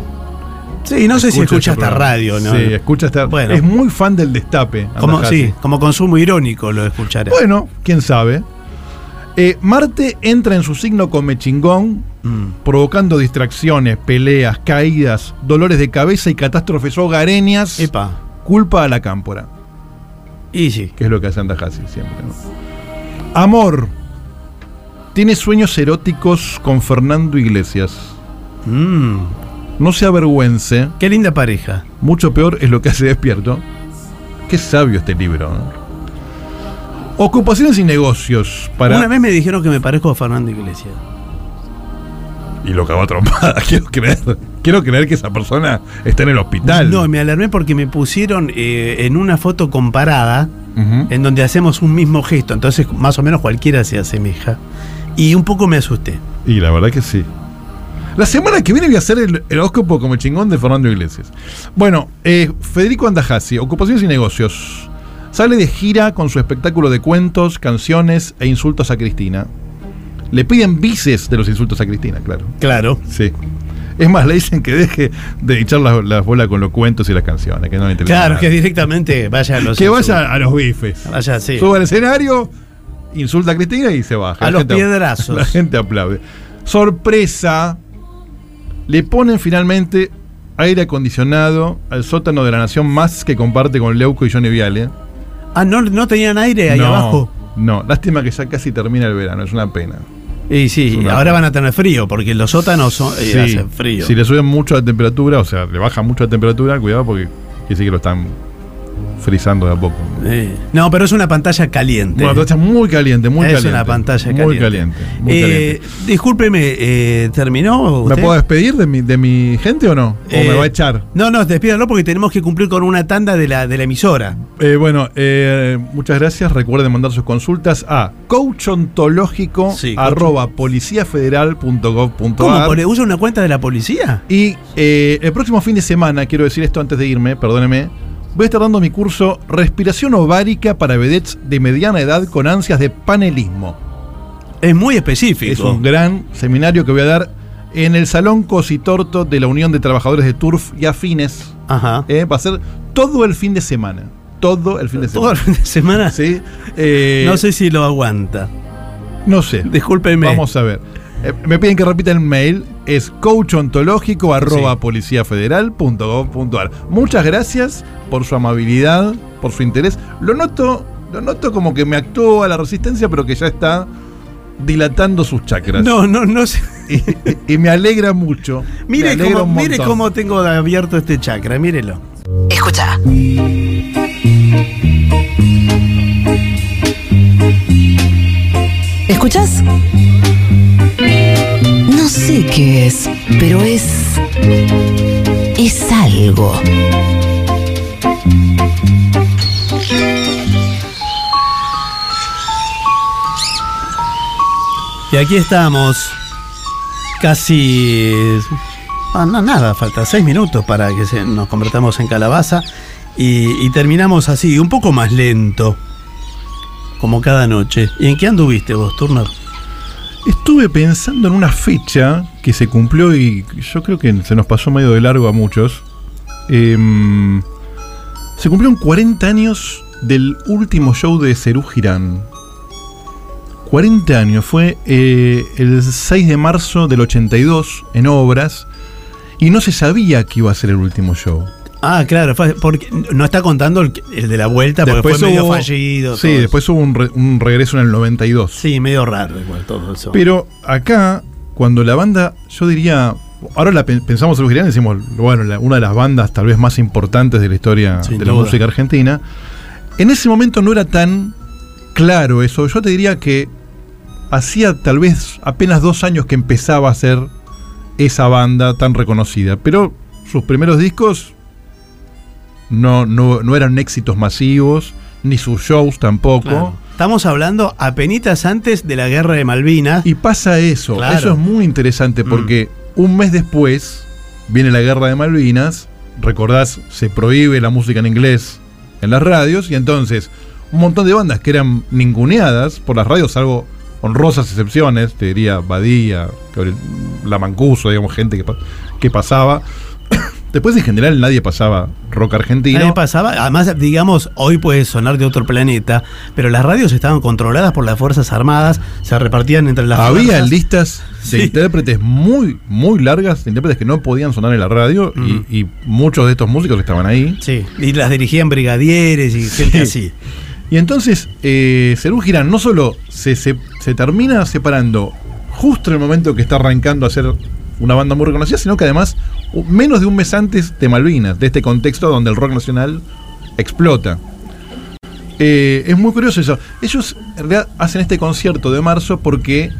C: Sí, no sé si escucha
B: este
C: esta
B: programa.
C: radio, ¿no?
B: Sí, escucha esta.
C: Bueno.
B: Es muy fan del destape.
C: como,
B: Andajasi.
C: sí, como consumo irónico lo escuchará.
B: Bueno, quién sabe. Eh, Marte entra en su signo come chingón,
C: Mm.
B: provocando distracciones, peleas, caídas, dolores de cabeza y catástrofes hogareñas.
C: Epa,
B: Culpa a la cámpora,
C: y sí.
B: que es lo que hace Andajasi siempre. ¿no? Amor. Tiene sueños eróticos con Fernando Iglesias.
C: Mm,
B: No se avergüence,
C: qué linda pareja.
B: mucho peor es lo que hace despierto. Qué sabio este libro. ¿no? Ocupaciones y negocios para...
C: Una vez me dijeron que me parezco a Fernando Iglesias.
B: Y lo cagó a trompada, quiero creer. quiero creer que esa persona está en el hospital.
C: No, me alarmé porque me pusieron eh, en una foto comparada
B: Ujú.
C: en donde hacemos un mismo gesto, entonces más o menos cualquiera se asemeja. Y un poco me asusté.
B: Y la verdad que sí. La semana que viene voy a hacer el, el horóscopo como el chingón de Fernando Iglesias. Bueno, eh, Federico Andajasi, Ocupaciones y Negocios. Sale de gira con su espectáculo de cuentos, canciones e insultos a Cristina. Le piden vices de los insultos a Cristina, claro.
C: Claro.
B: Sí. Es más, le dicen que deje de echar las, las bolas con los cuentos y las canciones, que no le interesa
C: Claro,
B: nada.
C: que directamente vaya a los.
B: Que vaya a los bifes.
C: Vaya, sí.
B: Sube al escenario, insulta a Cristina y se baja.
C: A
B: La
C: los
B: gente-
C: piedrazos.
B: La gente aplaude. Sorpresa. Le ponen finalmente aire acondicionado al sótano de la nación más que comparte con Leuco y Johnny Viale.
C: Ah, no, no tenían aire ahí
B: no,
C: abajo.
B: No, lástima que ya casi termina el verano, es una pena.
C: Y sí,
B: una-
C: ahora van a tener frío porque los sótanos son, eh, hacen frío.
B: Si le suben mucho la temperatura, o sea, le baja mucho la temperatura, cuidado porque quiere decir que lo están frizando de a poco.
C: Eh, No, pero es una pantalla caliente.
B: Bueno, está muy caliente, muy
C: es
B: caliente.
C: una pantalla caliente.
B: Muy caliente, muy
C: Eh,
B: caliente.
C: Discúlpeme, eh, ¿terminó?
B: ¿Me
C: usted?
B: puedo despedir de mi, de mi gente o no? ¿O
C: Eh,
B: me va a echar?
C: No, no, despídalo porque tenemos que cumplir con una tanda de la, de la emisora.
B: Eh, bueno, eh, muchas gracias. Recuerden mandar sus consultas a coachontológico
C: Sí, coach-
B: arroba policiafederal.gov.ar.
C: ¿Cómo? ¿Pone- ¿Usa una cuenta de la policía?
B: Y eh, el próximo fin de semana, quiero decir esto antes de irme, perdóneme, voy a estar dando mi curso Respiración ovárica para vedettes de mediana edad con ansias de panelismo.
C: Es muy específico.
B: Es un gran seminario que voy a dar en el Salón Cositorto de la Unión de Trabajadores de Turf y Afines.
C: Ajá.
B: Eh, va a ser todo el fin de semana. Todo el fin de
C: Todo
B: semana.
C: el fin de semana.
B: ¿Sí? Eh,
C: no sé si lo aguanta.
B: No sé.
C: Discúlpeme.
B: Vamos a ver. Eh, me piden que repita el mail. Es coachontológico arroba policiafederal.gov.ar. Muchas gracias por su amabilidad, por su interés. Lo noto, lo noto como que me actuó a la resistencia, pero que ya está dilatando sus chakras.
C: No, no, no sé.
B: Y, y me alegra mucho. me
C: Mire
B: alegra
C: cómo,
B: un
C: mire
B: montón.
C: cómo tengo abierto este chakra, mírelo.
A: Escucha. ¿Escuchas? No sé qué es, pero es. Es algo.
C: Y aquí estamos. Casi. ah, no, nada, falta seis minutos para que se- nos convertamos en calabaza. Y, y terminamos así, un poco más lento. Como cada noche. ¿Y en qué anduviste vos, Turner?
B: Estuve pensando en una fecha que se cumplió y yo creo que se nos pasó medio de largo a muchos. Em, se cumplieron 40 años del último show de Cerú Girán. 40 años, fue eh, el 6 de marzo del 82 en Obras y no se sabía que iba a ser el último show.
C: Ah, claro, fue- porque no está contando el, el de la vuelta porque fue medio
B: hubo-
C: fallido.
B: Sí,
C: todo eso.
B: después hubo un, re- un regreso en el 92.
C: Sí, medio raro igual todo eso.
B: Pero acá, cuando la banda, yo diría, ahora la pe- pensamos en los Girán y decimos, bueno, la- una de las bandas tal vez más importantes de la historia
C: Sin
B: de la
C: duda.
B: música argentina, en ese momento no era tan claro eso. Yo te diría que hacía tal vez apenas dos años que empezaba a ser esa banda tan reconocida, pero sus primeros discos no, no, no eran éxitos masivos, ni sus shows tampoco.
C: Claro. Estamos hablando apenitas antes de la guerra de Malvinas.
B: Y pasa eso.
C: Claro. Mm.
B: Eso es muy interesante porque un mes después viene la guerra de Malvinas. Recordás, se prohíbe la música en inglés en las radios. Y entonces, un montón de bandas que eran ninguneadas por las radios, salvo honrosas excepciones, te diría Badía, Gabriel- La Mancuso, digamos, gente que, pa- que pasaba. después, en general, nadie pasaba rock argentino.
C: Nadie pasaba, además, digamos, hoy puede sonar de otro planeta, pero las radios estaban controladas por las Fuerzas Armadas, se repartían entre las
B: Había
C: fuerzas.
B: listas de
C: Sí.
B: intérpretes muy, muy largas, de intérpretes que no podían sonar en la radio y-
C: Mm.
B: y, muchos de estos músicos estaban ahí.
C: Sí, y las dirigían brigadieres y gente así.
B: Y entonces, eh, Serú Girán no solo se, se- se termina separando justo en el momento que está arrancando a ser una banda muy reconocida, sino que además, u- menos de un mes antes de Malvinas, de este contexto donde el rock nacional explota. Eh, es muy curioso eso. Ellos en realidad hacen este concierto de marzo porque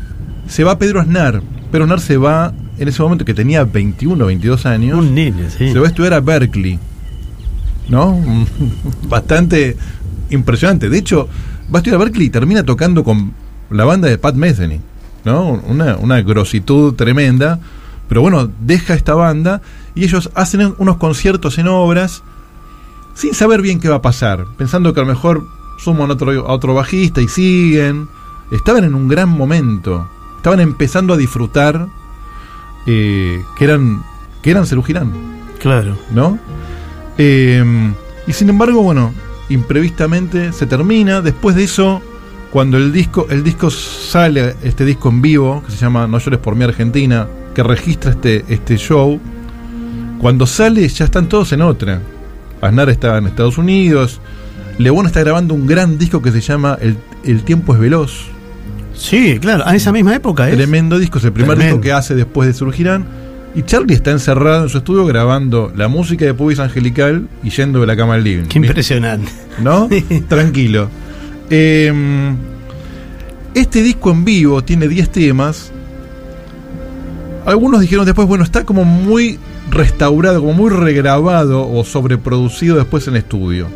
B: se va Pedro Aznar. Pedro Aznar se va en ese momento que tenía 21, 22 años,
C: Un niño, sí.
B: se va a estudiar a Berkeley. ¿No? Bastante impresionante. De hecho, va a estudiar a Berkeley y termina tocando con la banda de Pat Metheny. ¿No? Una, una grositud tremenda. Pero bueno, deja esta banda y ellos hacen unos conciertos en obras sin saber bien qué va a pasar, pensando que a lo mejor suman otro, a otro bajista y siguen. Estaban en un gran momento, estaban empezando a disfrutar eh, que eran que eran Serú Girán,
C: Claro.
B: ¿no? Eh, y sin embargo, bueno, imprevistamente se termina. Después de eso, cuando el disco, el disco sale, este disco en vivo, que se llama No llores por mi Argentina, que registra este, este show, cuando sale ya están todos en otra. Aznar está en Estados Unidos, León está grabando un gran disco que se llama El, El tiempo es veloz.
C: Sí, claro. A esa misma época, ¿eh?
B: Tremendo disco, es el primer
C: Tremendo.
B: disco que hace después de Surgirán. Y Charlie está encerrado en su estudio grabando la música de Pubis Angelical y yendo de la cama al living.
C: Qué impresionante.
B: ¿No? Tranquilo. Eh, este disco en vivo tiene 10 temas. Algunos dijeron después, bueno, está como muy restaurado, como muy regrabado o sobreproducido después en estudio.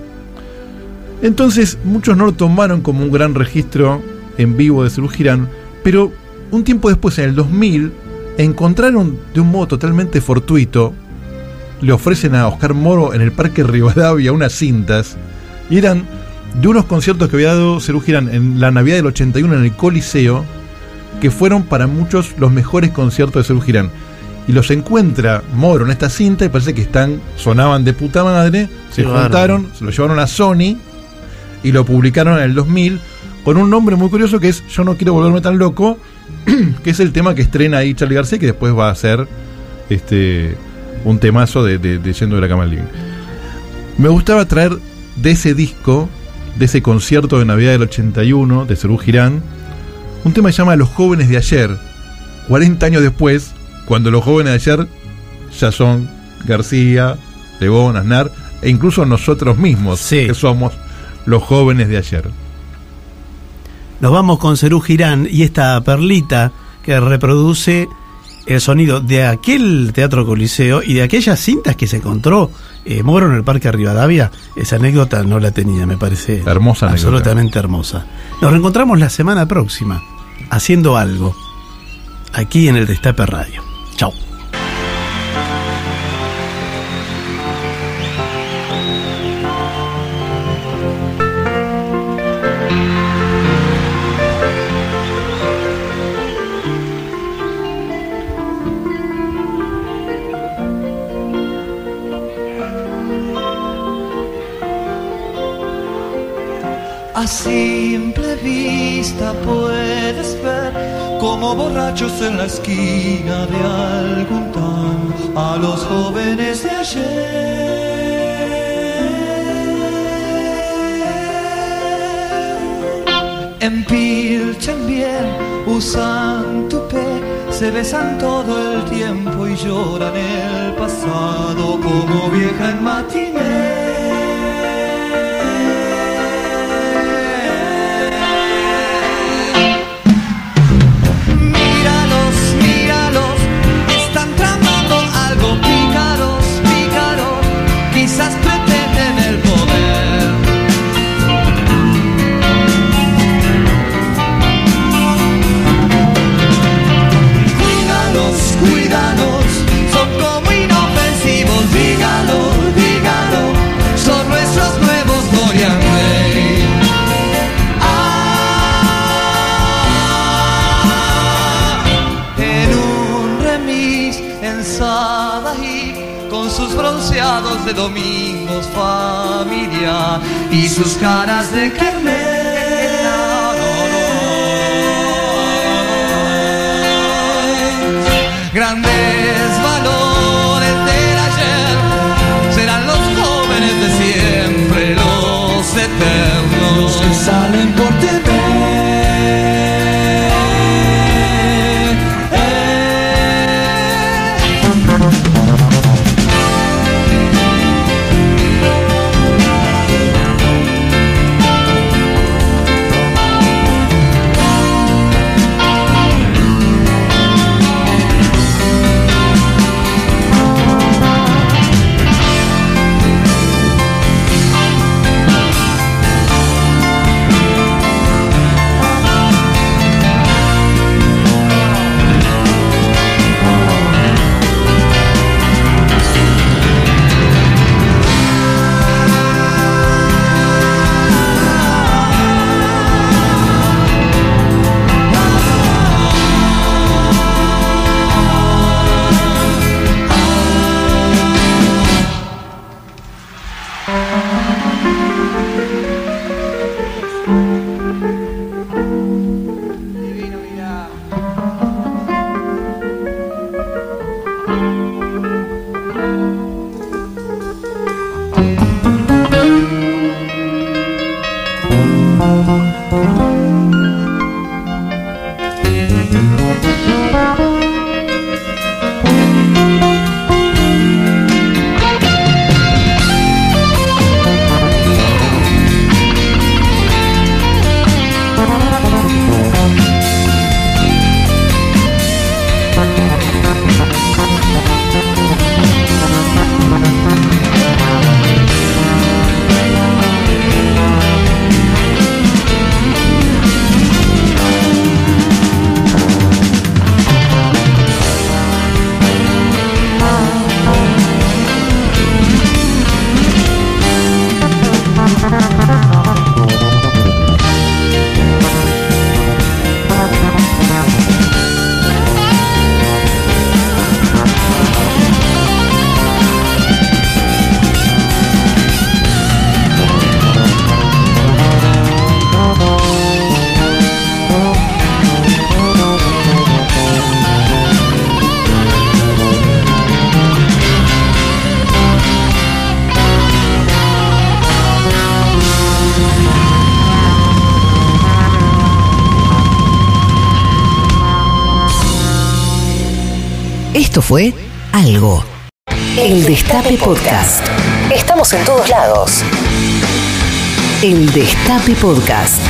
B: Entonces, muchos no lo tomaron como un gran registro en vivo de Serú Girán, pero un tiempo después, en el 2000, encontraron de un modo totalmente fortuito, le ofrecen a Oscar Moro en el Parque Rivadavia unas cintas, y eran de unos conciertos que había dado Serú Girán en la Navidad del 81 en el Coliseo, que fueron para muchos los mejores conciertos de Serú Girán. Y los encuentra Moro en esta cinta y parece que están, sonaban de puta madre, se
C: Qué bárbaro.
B: juntaron, se lo llevaron a Sony y lo publicaron en el 2000 con un nombre muy curioso que es Yo no quiero volverme tan loco, que es el tema que estrena ahí Charlie García que después va a ser este, un temazo de, de- de Yendo de la Cama al Living. Me gustaba traer de ese disco, de ese concierto de Navidad del 81 de Serú Girán, un tema que se llama Los jóvenes de ayer, 40 años después, cuando los jóvenes de ayer ya son García, Lebón, Aznar, e incluso nosotros mismos,
C: Sí.
B: que somos los jóvenes de ayer.
C: Nos vamos con Cerú Girán y esta perlita que reproduce el sonido de aquel Teatro Coliseo y de aquellas cintas que se encontró eh, Moro en el Parque Rivadavia. Esa anécdota no la tenía, me parece.
B: Hermosa anécdota.
C: Absolutamente hermosa. Nos reencontramos la semana próxima haciendo algo aquí en el Destape Radio. Chao.
F: A simple vista puedes ver como borrachos en la esquina de algún tan a los jóvenes de ayer. Empilchan bien, usan tupé, se besan todo el tiempo y lloran el pasado como vieja en matiné. Míralos, míralos, están tramando algo pícaros, pícaros, quizás pretenden el poder. Cuídalos, cuídalos, son como inofensivos, dígalo, dígalo, son nuestros nuevos Dorian Gray. Ah, en un remis en Sadaí, con sus bronceados de domingos familia y sus caras de quemela. Grandes valores del ayer serán los jóvenes de siempre, los eternos los que salen por TV. Eh,
A: Esto fue Algo. El Destape Podcast. Estamos en todos lados. El Destape Podcast.